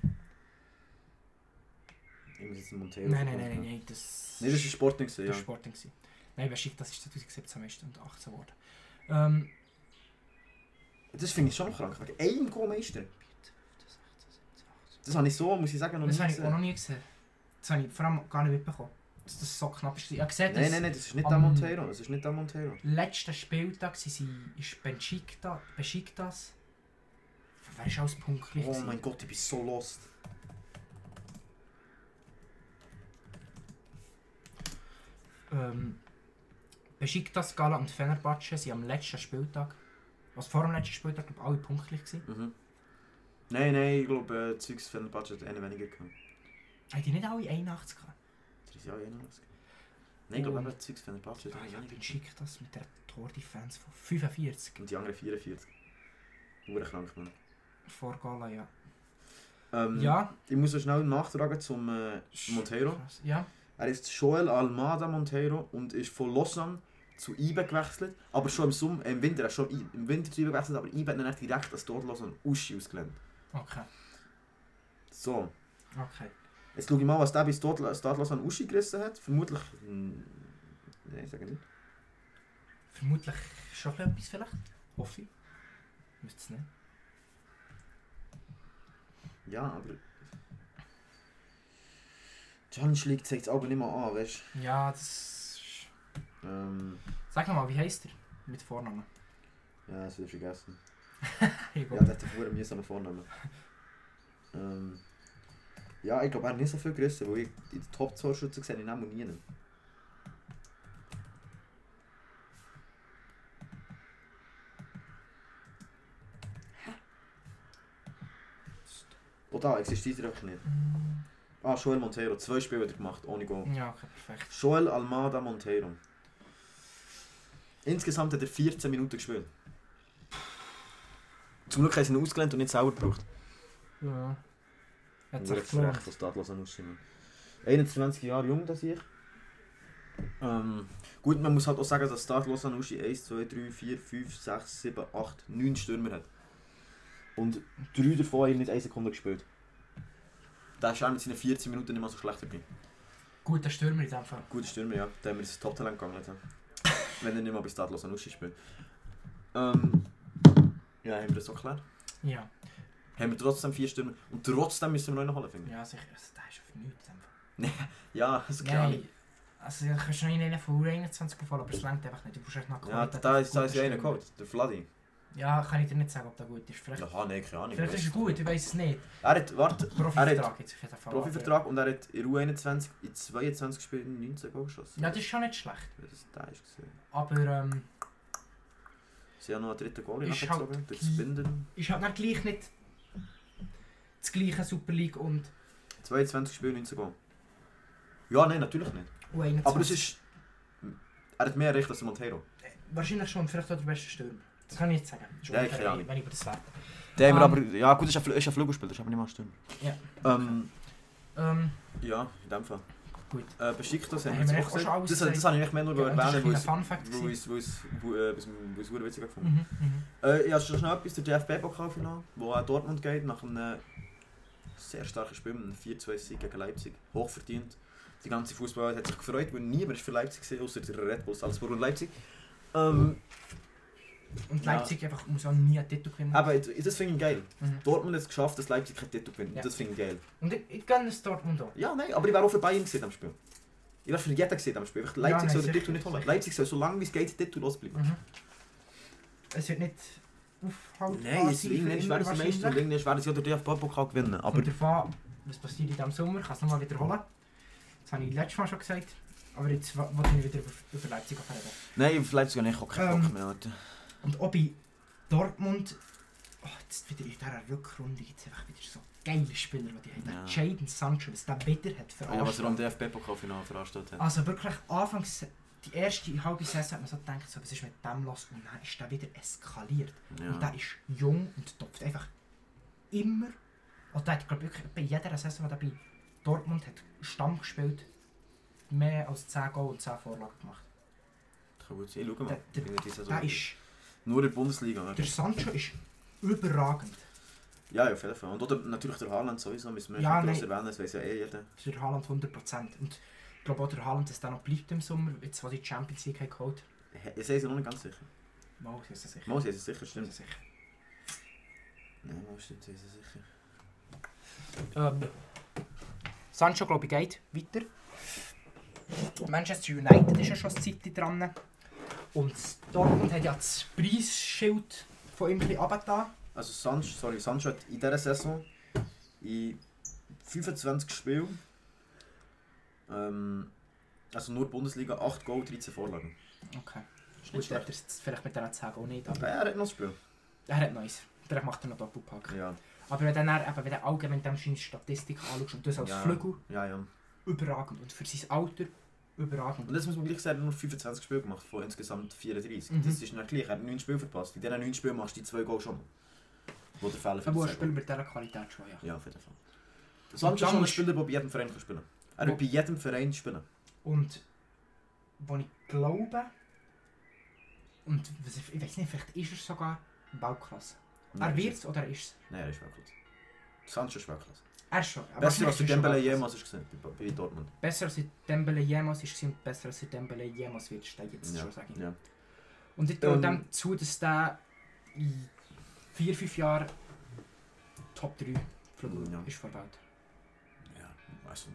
Speaker 1: ich muss jetzt einen Montero
Speaker 2: Nein, nein,
Speaker 1: verkaufen.
Speaker 2: nein, nein, nein, das,
Speaker 1: Nein, das war Sporting, gewesen,
Speaker 2: das
Speaker 1: ja.
Speaker 2: ist Sporting. Gewesen. Nein, Besiktas das ist 2017 Meister und 18 geworden. Ähm,
Speaker 1: Das finde ich schon krank, wegen einem Goal Meister.
Speaker 2: 15, 16, 17, 18.
Speaker 1: Das habe ich so, muss ich sagen, noch
Speaker 2: Das
Speaker 1: nie
Speaker 2: habe ich auch noch
Speaker 1: gesehen.
Speaker 2: nie gesehen. Das habe ich vor allem gar nicht mitbekommen. Dass das so knapp ist. Ich habe gesehen, dass
Speaker 1: Nein, nein, nein, das ist nicht der
Speaker 2: Am-
Speaker 1: Montero, das ist nicht der Montero.
Speaker 2: letzten Spieltag sie sie ist Benchikta, Besiktas. Wer ist alles punktlich?
Speaker 1: Oh
Speaker 2: gewesen?
Speaker 1: mein Gott, ich bin so lost.
Speaker 2: Ähm, Besiktas, Gala und Fenerbahce sind am letzten Spieltag, also vor dem letzten Spieltag, glaube ich, alle punktlich gewesen.
Speaker 1: Mhm. Nein, nein, ich glaube, äh, Zeugs Fenerbahce hat einen weniger gehabt.
Speaker 2: Haben die nicht alle 81 gehabt?
Speaker 1: Der ist ja auch 91. Nein, ich glaube, eben, Zeugs Fenerbahce hat
Speaker 2: Oh. Ah
Speaker 1: einen
Speaker 2: ja, ich
Speaker 1: weniger
Speaker 2: bin schick das mit der Tordefense von 45
Speaker 1: Und die anderen 44. Hure krank, Mann.
Speaker 2: vor Gala, ja.
Speaker 1: Ähm,
Speaker 2: Ja,
Speaker 1: Ich muss noch schnell nachtragen zum äh, Monteiro.
Speaker 2: krass. Ja,
Speaker 1: Er ist Joel Almada Monteiro und ist von Lausanne zu IBE gewechselt. Aber schon im, Sommer, äh, im Winter, er ist schon im Winter zu IBE gewechselt, aber IBE hat ihn dann direkt als dort Lausanne Uschi ausgelernt.
Speaker 2: okay.
Speaker 1: So.
Speaker 2: Okay.
Speaker 1: Jetzt schaue ich mal, was der bei Stadl- Stadlos an Uschi gerissen hat. Vermutlich. Mh, nein, ich sage nicht.
Speaker 2: Vermutlich schon ein bisschen etwas vielleicht. Hoffe ich. Müsste es nicht.
Speaker 1: Ja, aber. Challenge League zeigt es aber nicht mal an, weißt
Speaker 2: Ja, das ist...
Speaker 1: du? Ähm,
Speaker 2: Sag nochmal, wie heisst er? Mit Vornamen.
Speaker 1: ja, das wird vergessen.
Speaker 2: Egal.
Speaker 1: Ja, der hat einen mühsamen Vornamen. Ähm, ja, ich glaube, er hat nicht so viel gerissen, weil ich in den Top 2 Schützen sehe ich ihn auch nie. Oh, da existiert er einfach nicht. Ah, Joel Monteiro, zwei Spiele hat er gemacht, ohne Goal.
Speaker 2: Ja, okay, perfekt.
Speaker 1: Joel Almada Monteiro. Insgesamt hat er 14 Minuten gespielt. Zum Glück haben sie ihn ausgelernt und nicht selber gebraucht.
Speaker 2: Ja. Hat
Speaker 1: Nur
Speaker 2: sich
Speaker 1: jetzt recht,
Speaker 2: gelohnt.
Speaker 1: das tatlos an 21 Jahre jung, das ich. Ähm, gut, man muss halt auch sagen, dass Tatlos an 1, 2, 3, 4, 5, 6, 7, 8, 9 Stürmer hat. Und drei davon haben nicht 1 Sekunde gespielt. Da ist er mit seinen 14 Minuten nicht mal so schlecht dabei.
Speaker 2: Guter Stürmer in dem Fall.
Speaker 1: Guter Stürmer, ja. Da haben wir das Top-Talent gegangen. Wenn er nicht mal bei Stadlos an Uschi spielt. Ähm, ja, haben wir das auch geklärt.
Speaker 2: Ja.
Speaker 1: haben wir trotzdem vier Stürmer. Und trotzdem müssen wir noch einen holen, finde ich.
Speaker 2: Ja, sicher. Also, der ist auf nichts. einfach.
Speaker 1: Ja, also keine Ahnung.
Speaker 2: Nein. Also, du kannst noch in einen von 21 befahren, aber es reicht einfach nicht. Du brauchst echt noch
Speaker 1: Ja,
Speaker 2: Qualität,
Speaker 1: da ist,
Speaker 2: gute
Speaker 1: da ist ja einer
Speaker 2: Stürmer.
Speaker 1: geholt, der Vladi.
Speaker 2: Ja, kann ich dir nicht sagen, ob der gut ist. Vielleicht,
Speaker 1: Ja, nein, keine Ahnung.
Speaker 2: vielleicht ist er gut, ich weiß es nicht.
Speaker 1: Er hat, warte, er hat
Speaker 2: Profivertrag jetzt auf jeden Fall.
Speaker 1: Profivertrag und er hat in U21 in 22 Spielen 19 Goal geschossen.
Speaker 2: Ja, das ist schon nicht schlecht.
Speaker 1: Das ist der ist gesehen.
Speaker 2: Aber ähm,
Speaker 1: Sie haben noch einen dritten Goal
Speaker 2: Ist
Speaker 1: nachgezogen,
Speaker 2: halt
Speaker 1: durch
Speaker 2: gleich-
Speaker 1: das Binden.
Speaker 2: ist halt dann gleich nicht das gleiche Super League und
Speaker 1: 22 Spiele 19 Goal. Ja, nein, natürlich nicht.
Speaker 2: U21.
Speaker 1: Aber es ist... Er hat mehr Recht als der Montero.
Speaker 2: Wahrscheinlich schon, vielleicht auch der beste Stürmer. Das kann ich nicht sagen. Das ist
Speaker 1: Ja,
Speaker 2: unfair,
Speaker 1: keine Ahnung.
Speaker 2: Wenn ich über das werde.
Speaker 1: Der
Speaker 2: Ähm.
Speaker 1: haben wir aber... Ja gut, ist ein, Fl- ist ein Flügelspieler, ist aber nicht mal ein Stürmer.
Speaker 2: Ja.
Speaker 1: Ähm,
Speaker 2: Ähm,
Speaker 1: ja, in dem Fall.
Speaker 2: Gut.
Speaker 1: Äh, Besiktas das
Speaker 2: Haben
Speaker 1: haben wir jetzt
Speaker 2: wir
Speaker 1: auch
Speaker 2: echt schon
Speaker 1: gesagt.
Speaker 2: alles
Speaker 1: Das, das
Speaker 2: gesagt?
Speaker 1: habe ich echt mehr nur
Speaker 2: ja, und das
Speaker 1: erwähnen,
Speaker 2: war
Speaker 1: weil
Speaker 2: ein
Speaker 1: es...
Speaker 2: Fun Fact.
Speaker 1: Weil
Speaker 2: gewesen.
Speaker 1: es... Weil es... äh, Weil es... Weil es... Weil es... Weil
Speaker 2: Mhm, mhm.
Speaker 1: Äh, ja, schon noch etwas, der DFB-Pokalfinale, wo auch Dortmund geht, nach einem sehr starken Spiel, einem 4-2-Sieg gegen Leipzig, hochverdient. Die ganze Fußballwelt hat sich gefreut, weil niemand ist für Leipzig gesehen, außer der Red Bull Salzburg und Leipzig. Ähm,
Speaker 2: Und
Speaker 1: Ja.
Speaker 2: Leipzig einfach muss auch nie einen Titel gewinnen.
Speaker 1: aber ich- das finde ich geil.
Speaker 2: Mhm.
Speaker 1: Dortmund hat es geschafft, dass Leipzig keinen Titel gewinnt.
Speaker 2: Ja.
Speaker 1: Das finde ich geil.
Speaker 2: Und ich, ich gönne es Dortmund auch.
Speaker 1: Ja, nein, aber ich wäre auch für Bayern gesehen am Spiel. Ich wäre für jeden gesehen am Spiel. Leipzig
Speaker 2: nein,
Speaker 1: soll den
Speaker 2: sicher,
Speaker 1: Titel nicht holen.
Speaker 2: sicher.
Speaker 1: Leipzig soll so lange wie es geht den Titel losbleiben.
Speaker 2: Mhm. Es wird nicht aufhalten.
Speaker 1: Nein, es irgendwann schwer das Meister
Speaker 2: ne?
Speaker 1: und irgendwann schwer, dass ja der DFB-Pokal gewinnen. Aber
Speaker 2: Aber davon, was passiert in diesem Sommer, ich kann es nochmal wiederholen. Das habe ich letztes Mal schon gesagt. Aber jetzt wa- wollte ich wieder über, über Leipzig reden.
Speaker 1: nein, für Leipzig habe ich auch keinen
Speaker 2: Ähm,
Speaker 1: Bock mehr. Alter.
Speaker 2: Und ob ich Dortmund. Oh, jetzt wieder in dieser Rückrunde gibt es einfach wieder so geile Spieler, die die
Speaker 1: Ja.
Speaker 2: haben. Der Jaden Sancho, was der wieder hat
Speaker 1: Ja, was
Speaker 2: verarscht.
Speaker 1: er am DFB-Pokalfinale verarscht hat.
Speaker 2: also wirklich, anfangs, die erste halbe Saison hat man so gedacht, so, was ist mit dem los? Und dann ist der wieder eskaliert. Und der ist jung und topft einfach immer. Und der hat, glaube ich, wirklich bei jeder Saison, die er bei Dortmund hat, Stamm gespielt, mehr als 10 Goal und 10 Vorlagen gemacht.
Speaker 1: kann gut sein. Schau mal.
Speaker 2: Der-
Speaker 1: wie er die Saison
Speaker 2: Der
Speaker 1: spielt.
Speaker 2: ist,
Speaker 1: Nur in der Bundesliga. oder?
Speaker 2: der Sancho ist überragend.
Speaker 1: Ja, ja, auf jeden Fall. Und oder natürlich der Haaland sowieso, müssen wir
Speaker 2: Ja,
Speaker 1: nicht groß
Speaker 2: nein.
Speaker 1: erwähnen, das weiß ja eh jeder.
Speaker 2: Für den Haaland 100%. Und ich glaube auch, der Haaland, dass der noch bleibt im Sommer, jetzt, wo die Champions League haben geholt
Speaker 1: He- Ich sehe es noch nicht ganz sicher.
Speaker 2: Mal, sie ist er sicher.
Speaker 1: Mal, sie ist es sicher,
Speaker 2: Sie
Speaker 1: stimmt.
Speaker 2: ist er sicher.
Speaker 1: Nein, mal, stimmt, sie ist es sicher.
Speaker 2: Ähm, Sancho, glaube ich, geht weiter. Manchester United ist ja schon eine Zeit dran. Und Dortmund hat ja das Preisschild von ihm ein bisschen runtergetan.
Speaker 1: Also Sancho, sorry, Sancho hat in dieser Saison in 25 Spielen, ähm, also nur Bundesliga, 8 Goal, 13 Vorlagen.
Speaker 2: Okay.
Speaker 1: Ist nicht
Speaker 2: Gut, er hat
Speaker 1: schlecht.
Speaker 2: es vielleicht mit diesen 10 auch nicht,
Speaker 1: Aber
Speaker 2: aber
Speaker 1: er hat noch ein Spiel.
Speaker 2: er hat Neues. Der macht er noch Doppelpack.
Speaker 1: Ja,
Speaker 2: Aber wenn du dann eben, wenn du allgemein dann seine Statistik anschaust und das als
Speaker 1: Ja.
Speaker 2: Flügel,
Speaker 1: ja, ja.
Speaker 2: überragend. Und für sein Alter, überragend.
Speaker 1: Und das muss man gleich sagen, nur 25 Spiele gemacht von insgesamt 34.
Speaker 2: Mhm.
Speaker 1: Das ist nicht gleich, er hat 9 Spiele verpasst. In diesen 9 Spielen machst du die 2 Goal schon mal. Wo der Fälle
Speaker 2: Aber ein Spiel mit dieser Qualität schon, ja.
Speaker 1: Ja, auf jeden Fall. Sancho ist
Speaker 2: dann
Speaker 1: schon ein
Speaker 2: ist-
Speaker 1: Spieler, der bei jedem Verein kann spielen kann. Er wird
Speaker 2: Wo-
Speaker 1: bei jedem Verein spielen.
Speaker 2: Und wo ich glaube, und was ich, ich weiß nicht, vielleicht ist er sogar Bauklasse.
Speaker 1: Nein,
Speaker 2: er wird es oder ist es?
Speaker 1: Nein, er ist wirklich. Sancho ist wirklich.
Speaker 2: Er ist schon. aber
Speaker 1: Besser als der
Speaker 2: wahrscheinlich ist er
Speaker 1: Dembele
Speaker 2: Weltklasse.
Speaker 1: jemals ist gesehen, bei, bei Dortmund.
Speaker 2: Besser als der Dembele jemals ist gewesen, und besser als der Dembele jemals wird, steigt jetzt
Speaker 1: Ja.
Speaker 2: schon, sage ich.
Speaker 1: Ja.
Speaker 2: Und ich traue
Speaker 1: Ähm.
Speaker 2: dem zu, dass der in 4, 5 Jahren Top 3 Flügel
Speaker 1: Ja.
Speaker 2: ist verbaut.
Speaker 1: ja. Also,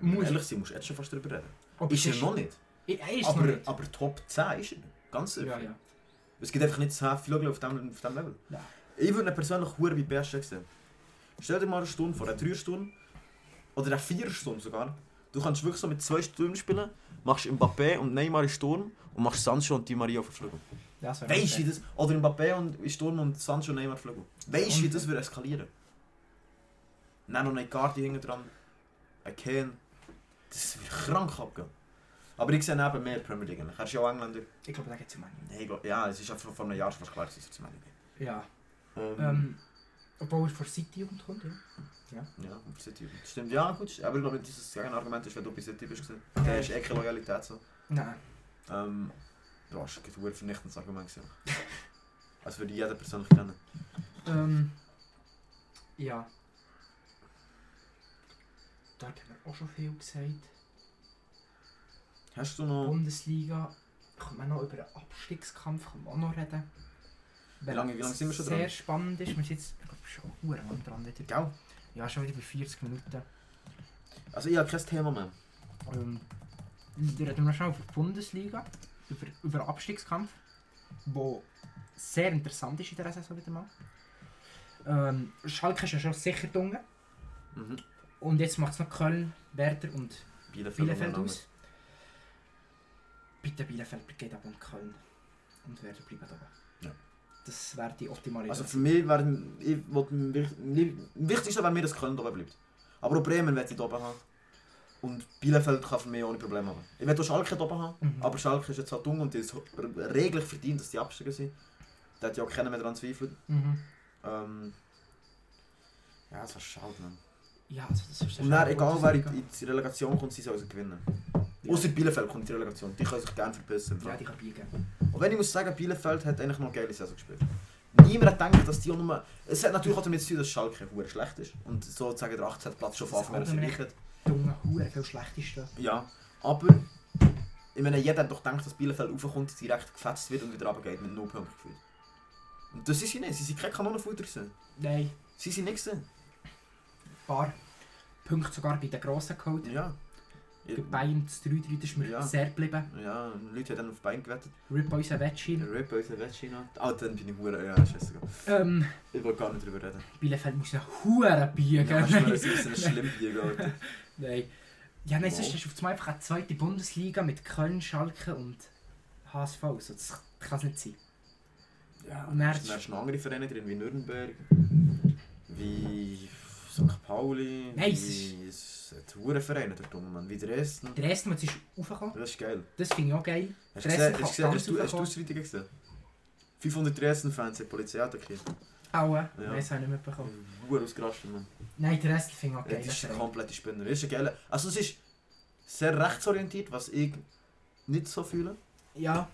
Speaker 2: Muss
Speaker 1: muss
Speaker 2: ich-
Speaker 1: ehrlich sein, musst du jetzt schon fast drüber reden.
Speaker 2: Ob
Speaker 1: Ist
Speaker 2: es
Speaker 1: er noch nicht.
Speaker 2: Er er ist
Speaker 1: Aber,
Speaker 2: noch nicht.
Speaker 1: aber Top 10 ist er. Ganz sicher.
Speaker 2: Ja, ja.
Speaker 1: Es gibt einfach nicht 10 Flügel auf diesem auf dem Level.
Speaker 2: Nein.
Speaker 1: Ich würde ihn persönlich sehr bei PSG sehen. Stell dir mal eine Stunde vor, eine 3 Stunden oder eine 4 Stunden sogar. Du kannst wirklich so mit zwei Stürmen spielen, machst Mbappé und Neymar in Sturm und machst Sancho und Di Maria auf den Flügel.
Speaker 2: Das wäre
Speaker 1: Weißt du, wie das?
Speaker 2: okay.
Speaker 1: Oder Mbappé und in Sturm und Sancho und Neymar Flügel. Weißt du, wie das
Speaker 2: Und-
Speaker 1: würde eskalieren? Dann noch eine Karte hinten dran, ein Kane. Das würde krank abgehen. Aber ich sehe eben mehr Premier League. eigentlich. Er ist ja auch Engländer.
Speaker 2: Ich glaube, da geht es um einen.
Speaker 1: Nein, ich glaub- ja, es ist ja vor vor einem Jahr schon fast klar, dass ich zu Manu bin.
Speaker 2: Ja. Ähm, obwohl er von City kommt, ja.
Speaker 1: Ja, und City. Stimmt, ja, gut. ist- Aber ich glaube, dieses Gegenargument ist, wenn du bei City bist, gewesen.
Speaker 2: Ja.
Speaker 1: der ist eh keine Loyalität so.
Speaker 2: Nein.
Speaker 1: Ähm, ja, das ist ein verdammt vernichtendes Argument. gewesen. Als würde jeder persönlich kennen.
Speaker 2: Ähm, ja. Dort haben wir auch schon viel gesagt.
Speaker 1: Hast du noch.
Speaker 2: Bundesliga. Können wir noch über den Abstiegskampf können wir auch noch reden?
Speaker 1: Wie lange- wie lange sind wir schon
Speaker 2: sehr
Speaker 1: dran?
Speaker 2: Sehr spannend ist, wir sind jetzt ich glaub, schon verdammt lang dran wieder.
Speaker 1: Gell?
Speaker 2: Ja, schon wieder bei 40 Minuten.
Speaker 1: Also ich habe kein Thema mehr.
Speaker 2: Ähm, dann reden wir noch schnell über die Bundesliga, über, über den Abstiegskampf, wo sehr interessant ist in der Saison wieder mal. Ähm, Schalke ist ja schon sicher dunkel
Speaker 1: Mhm.
Speaker 2: und jetzt macht es noch Köln, Werder und
Speaker 1: Bielefeld,
Speaker 2: Bielefeld
Speaker 1: Name.
Speaker 2: aus. Bitte Bielefeld geht ab und Köln. Und Werder bleibt oben.
Speaker 1: Ja.
Speaker 2: Das wäre die optimale
Speaker 1: Also für
Speaker 2: Lösung.
Speaker 1: mich wäre ich wollt am wich- li- am wichtigsten wäre mir, dass Köln oben bleibt. Aber auch Bremen will ich oben haben. Und Bielefeld kann für mich ohne Probleme haben. Ich will auch Schalke oben haben,
Speaker 2: Mhm.
Speaker 1: aber Schalke ist jetzt halt jung und die ist reglich verdient, dass die abgestiegen sind. Da hat ja auch keiner mehr daran zweifelt.
Speaker 2: Mhm.
Speaker 1: Ähm, ja, das war schade, man.
Speaker 2: Ja, also das ist
Speaker 1: Und dann, egal wer in, in die Relegation kommt, sie sollen sie gewinnen. Außer Bielefeld kommt in die Relegation, die können sich gerne verpissen.
Speaker 2: Ja, die kann biegen.
Speaker 1: Und wenn ich muss sagen, Bielefeld hat eigentlich noch eine geile Saison gespielt. Niemand hat gedacht, dass die auch nur... Es hat natürlich auch damit zu tun, dass Schalke verdammt schlecht ist. Und sozusagen der 18. Platz schon
Speaker 2: Das
Speaker 1: fast mehr
Speaker 2: Alter merkt.
Speaker 1: vergleicht.
Speaker 2: Junge, Hure, viel schlecht ist da.
Speaker 1: Ja, aber... Ich meine, jeder hat doch gedacht, dass Bielefeld raufkommt, direkt gefetzt wird und wieder runtergeht mit 0 Punkten gefühlt. Und das ist sie nicht. Sie sind kein Kanonenfutter gewesen.
Speaker 2: Nein,
Speaker 1: Sie sind nicht gewesen.
Speaker 2: ein paar Punkte sogar bei den Grossen geholt.
Speaker 1: Ja.
Speaker 2: Bei Bayern das 3-3 das ist mir
Speaker 1: Ja.
Speaker 2: sehr geblieben.
Speaker 1: Ja, Leute haben dann auf Bein gewettet.
Speaker 2: Rip unser Wettschein.
Speaker 1: Rip aus der Wettschiene. Ah, dann bin ich hure. Ja, scheißegal.
Speaker 2: Ähm,
Speaker 1: Ich will gar nicht drüber reden.
Speaker 2: Bielefeld muss ja Hure biegen.
Speaker 1: Ja, ich schwöre, es
Speaker 2: nein.
Speaker 1: ist ein schlimm Bier, Alter.
Speaker 2: nein. Ja, nein, sonst
Speaker 1: Wow.
Speaker 2: ist auf einmal einfach eine zweite Bundesliga mit Köln, Schalke und HSV. So, das kann es nicht sein.
Speaker 1: Ja,
Speaker 2: Und dann-
Speaker 1: es sind noch andere Vereine drin, wie Nürnberg, wie St. Pauli,
Speaker 2: Nein, es
Speaker 1: wie es hat hure Vereine dort drum, Mann. wie Dresden.
Speaker 2: Der erste Mal ist raufgekommen.
Speaker 1: Das ist geil.
Speaker 2: Das finde ich auch geil.
Speaker 1: Hast du
Speaker 2: Dresden
Speaker 1: gesehen, hast du, gesehen,
Speaker 2: kann
Speaker 1: hast du,
Speaker 2: ganz
Speaker 1: hast du
Speaker 2: raufkommen.
Speaker 1: Ausschreitungen gesehen? 500 Dresden-Fans haben die Polizei attackiert.
Speaker 2: Aua,
Speaker 1: Ja.
Speaker 2: nein, das habe ich nicht mitbekommen.
Speaker 1: Hure ausgerastet, Mann.
Speaker 2: Nein, der Rest finde ich auch
Speaker 1: Ja,
Speaker 2: geil.
Speaker 1: das ist
Speaker 2: der
Speaker 1: eine
Speaker 2: Verein.
Speaker 1: komplette Spinner. Das ist ein geiler. Also es ist sehr rechtsorientiert, was ich nicht so fühle.
Speaker 2: ja,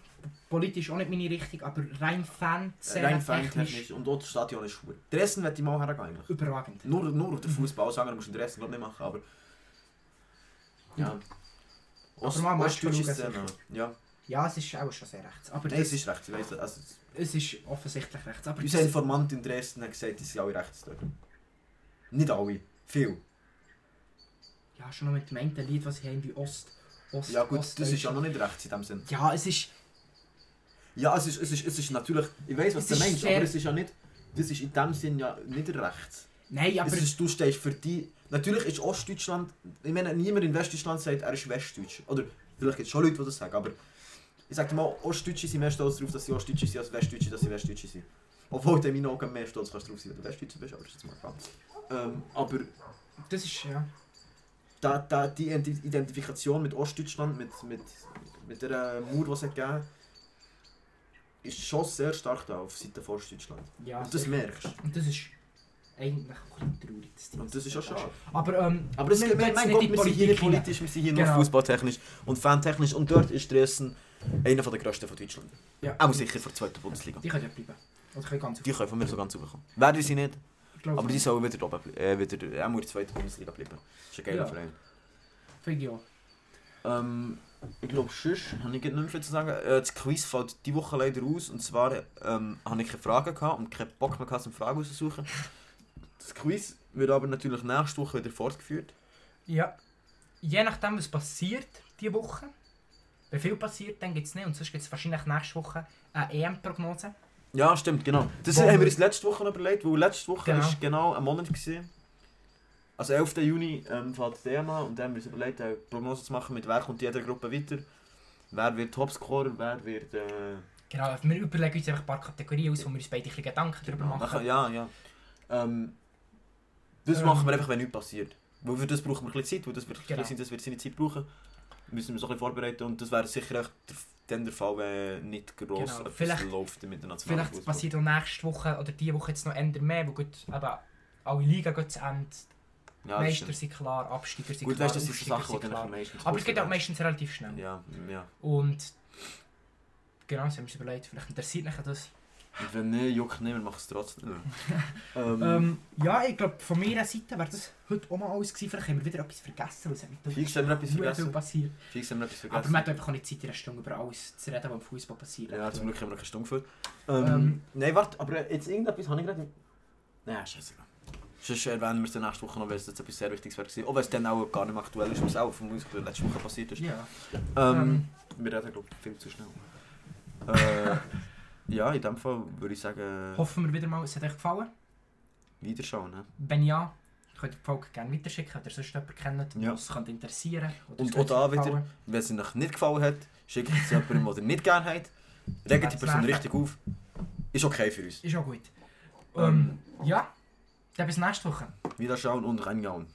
Speaker 2: politisch auch nicht meine Richtung, aber rein Fan, sehr
Speaker 1: Rein
Speaker 2: technisch
Speaker 1: fantechnisch. Und auch das Stadion ist schwer. Dresden wird ich mal hergehen eigentlich.
Speaker 2: überragend.
Speaker 1: Nur, nur auf den Fußball, sagen musst du den Rest glaub, nicht machen, aber. Ja. Ost,
Speaker 2: mal am Match
Speaker 1: Ostdeutsche
Speaker 2: schauen,
Speaker 1: Szene. eh, Ja,
Speaker 2: Ja, es ist auch schon sehr rechts. Aber
Speaker 1: nein,
Speaker 2: das,
Speaker 1: es ist rechts. Ich weiss, also,
Speaker 2: es ist offensichtlich rechts. Aber
Speaker 1: unser
Speaker 2: das,
Speaker 1: Informant in Dresden hat gesagt, die sind alle rechts dort. Nicht alle, viel.
Speaker 2: ja, schon noch mit dem einen Lied, was sie haben, wie Ost, Ost,
Speaker 1: Ja, dus gut,
Speaker 2: Ost,
Speaker 1: das ist ja noch nicht rechts in dem Sinn.
Speaker 2: Ja, es ist...
Speaker 1: Ja, es ist, es ist, es ist natürlich. Ich weiß, was
Speaker 2: Es
Speaker 1: du
Speaker 2: ist
Speaker 1: meinst,
Speaker 2: sehr-
Speaker 1: aber es ist ja nicht. Das ist in dem Sinn ja nicht rechts.
Speaker 2: Nein, aber...
Speaker 1: es ist, du stehst für die. Natürlich ist Ostdeutschland. Ich meine, niemand in Westdeutschland sagt, er ist Westdeutsch. Oder vielleicht gibt es schon Leute, die das sagen, aber ich sage mal, Ostdeutsche sind mehr stolz darauf, dass sie Ostdeutsche sind, als Westdeutsche, dass sie Westdeutsche sind. Obwohl du in meinen Augen mehr stolz kannst drauf sein, wenn du Westdeutsche bist, aber das ist jetzt mal klar. Ähm, aber
Speaker 2: das ist, ja...
Speaker 1: da, da, die Ident- Identifikation mit Ostdeutschland, mit, mit, mit der Mauer, die es hat gegeben ist schon sehr stark da auf Seite von Ostdeutschland.
Speaker 2: ja
Speaker 1: Und das merkst du.
Speaker 2: und das ist eigentlich auch ein bisschen traurig, das Team.
Speaker 1: Und das ist auch schade.
Speaker 2: Aber, ähm...
Speaker 1: Aber es
Speaker 2: wir
Speaker 1: gibt,
Speaker 2: gehen
Speaker 1: mein, mein
Speaker 2: jetzt nicht
Speaker 1: Gott,
Speaker 2: in die
Speaker 1: wir sind hier nicht
Speaker 2: Politik hinein.
Speaker 1: politisch, wir sind hier nur
Speaker 2: Genau.
Speaker 1: fußballtechnisch und fantechnisch. Und dort ist Dresden einer der grössten von Deutschland.
Speaker 2: Ja.
Speaker 1: Auch sicher für die zweite Bundesliga.
Speaker 2: Die können ja bleiben. Oder können ganz...
Speaker 1: Die können von mir so ganz hochkommen. Werden sie nicht,
Speaker 2: Ich glaube,
Speaker 1: aber Ah, die sollen wieder oben bleiben. Äh, wieder, auch in der zweiten Bundesliga bleiben. Das ist ein geiler
Speaker 2: Ja.
Speaker 1: Verein.
Speaker 2: Finde ich auch.
Speaker 1: Ähm, ich glaube, sonst habe ich nicht mehr viel zu sagen. Äh, das Quiz fällt diese Woche leider aus. Und zwar ähm, habe ich keine Fragen gehabt und keinen Bock mehr gehabt, zum Fragen auszusuchen. Das Quiz wird aber natürlich nächste Woche wieder fortgeführt.
Speaker 2: Ja. Je nachdem, was passiert diese Woche, wie viel passiert, dann gibt es nicht. Und sonst gibt es wahrscheinlich nächste Woche eine
Speaker 1: Ah,
Speaker 2: EM-Prognose.
Speaker 1: Ja, stimmt, genau. Das
Speaker 2: Bombe.
Speaker 1: haben wir uns letzte Woche überlegt, weil letzte Woche
Speaker 2: Genau.
Speaker 1: ist genau ein Monat gesehen. Also 11. Juni ähm, fährt das Thema und dann haben wir uns überlegt, eine Prognose zu machen, mit wer kommt jeder Gruppe weiter. Wer wird Topscorer, wer wird... Äh,
Speaker 2: Genau, wir überlegen uns einfach ein paar Kategorien aus, wo wir uns beide ein bisschen Gedanken darüber
Speaker 1: Dann kann-
Speaker 2: machen.
Speaker 1: Ja, ja. dus Ähm, das
Speaker 2: Ähm.
Speaker 1: machen wir einfach, wenn nichts passiert. Weil für das brauchen wir ein bisschen Zeit, weil das wird, ein bisschen
Speaker 2: Genau.
Speaker 1: sein, das wird seine Zeit brauchen. Müssen wir uns ein bisschen vorbereiten und das wäre sicher echt der, dann der Fall, wenn nicht gross
Speaker 2: Genau.
Speaker 1: etwas
Speaker 2: Vielleicht-
Speaker 1: läuft mit der nationalen
Speaker 2: Vielleicht passiert auch nächste Woche oder diese Woche jetzt noch ändern mehr, wo gut,
Speaker 1: ah,
Speaker 2: eben alle Ligen gehen zu Ende,
Speaker 1: Ja, das
Speaker 2: Meister
Speaker 1: stimmt.
Speaker 2: sind klar, Absteiger sind
Speaker 1: Gut,
Speaker 2: klar,
Speaker 1: weißt du, das sind so
Speaker 2: Aufsteiger
Speaker 1: Sachen, die
Speaker 2: sind
Speaker 1: dann
Speaker 2: klar.
Speaker 1: am meisten
Speaker 2: Aber es geht auch
Speaker 1: passieren.
Speaker 2: meistens relativ schnell.
Speaker 1: Ja, ja.
Speaker 2: Und genau, das haben wir uns überlegt, vielleicht interessiert mich das.
Speaker 1: Und wenn nicht, juckt niemand, mach es trotzdem. ähm,
Speaker 2: Ähm, ja, ich glaube, von meiner Seite wäre das heute auch mal alles gewesen. Vielleicht haben wir wieder etwas vergessen, weil es hat mit
Speaker 1: Fix haben wir etwas
Speaker 2: Huere
Speaker 1: vergessen.
Speaker 2: viel passiert.
Speaker 1: Fix haben wir etwas
Speaker 2: Aber
Speaker 1: vergessen.
Speaker 2: wir hatten einfach auch nicht Zeit, in einer Stunde über alles zu reden, was im Fußball passiert.
Speaker 1: Ja, zum Glück haben wir noch keine Stunde gefüllt. Ähm,
Speaker 2: Ähm,
Speaker 1: Nein, warte, aber jetzt irgendetwas habe ich gerade... Nein, scheißegal. Sonst erwähnen wir es dann nächste Woche noch, weil es jetzt etwas sehr Wichtiges wäre gewesen. Auch wenn es dann auch gar nicht mehr aktuell ist, was auch von uns letzte Woche passiert ist.
Speaker 2: Ja.
Speaker 1: Ähm,
Speaker 2: Ähm,
Speaker 1: wir reden, glaube ich, viel zu schnell. äh, ja, in dem Fall würde ich sagen,
Speaker 2: Hoffen wir wieder mal, es hat euch gefallen.
Speaker 1: wiederschauen. Ne?
Speaker 2: Wenn ja, könnt ihr die Folge gerne weiterschicken, oder sonst jemanden kennt,
Speaker 1: Ja.
Speaker 2: was es könnte interessieren. Oder
Speaker 1: Und
Speaker 2: es könnte
Speaker 1: auch
Speaker 2: euch
Speaker 1: da wieder-
Speaker 2: gefallen.
Speaker 1: Wenn es euch nicht gefallen hat, schickt es jemandem, den ihr nicht gerne habt. Regt die Person richtig auf. Ist okay für uns.
Speaker 2: Ist auch gut.
Speaker 1: Ähm,
Speaker 2: Ähm, ja, dann bis nächste Woche.
Speaker 1: Wiederschauen und reingehauen.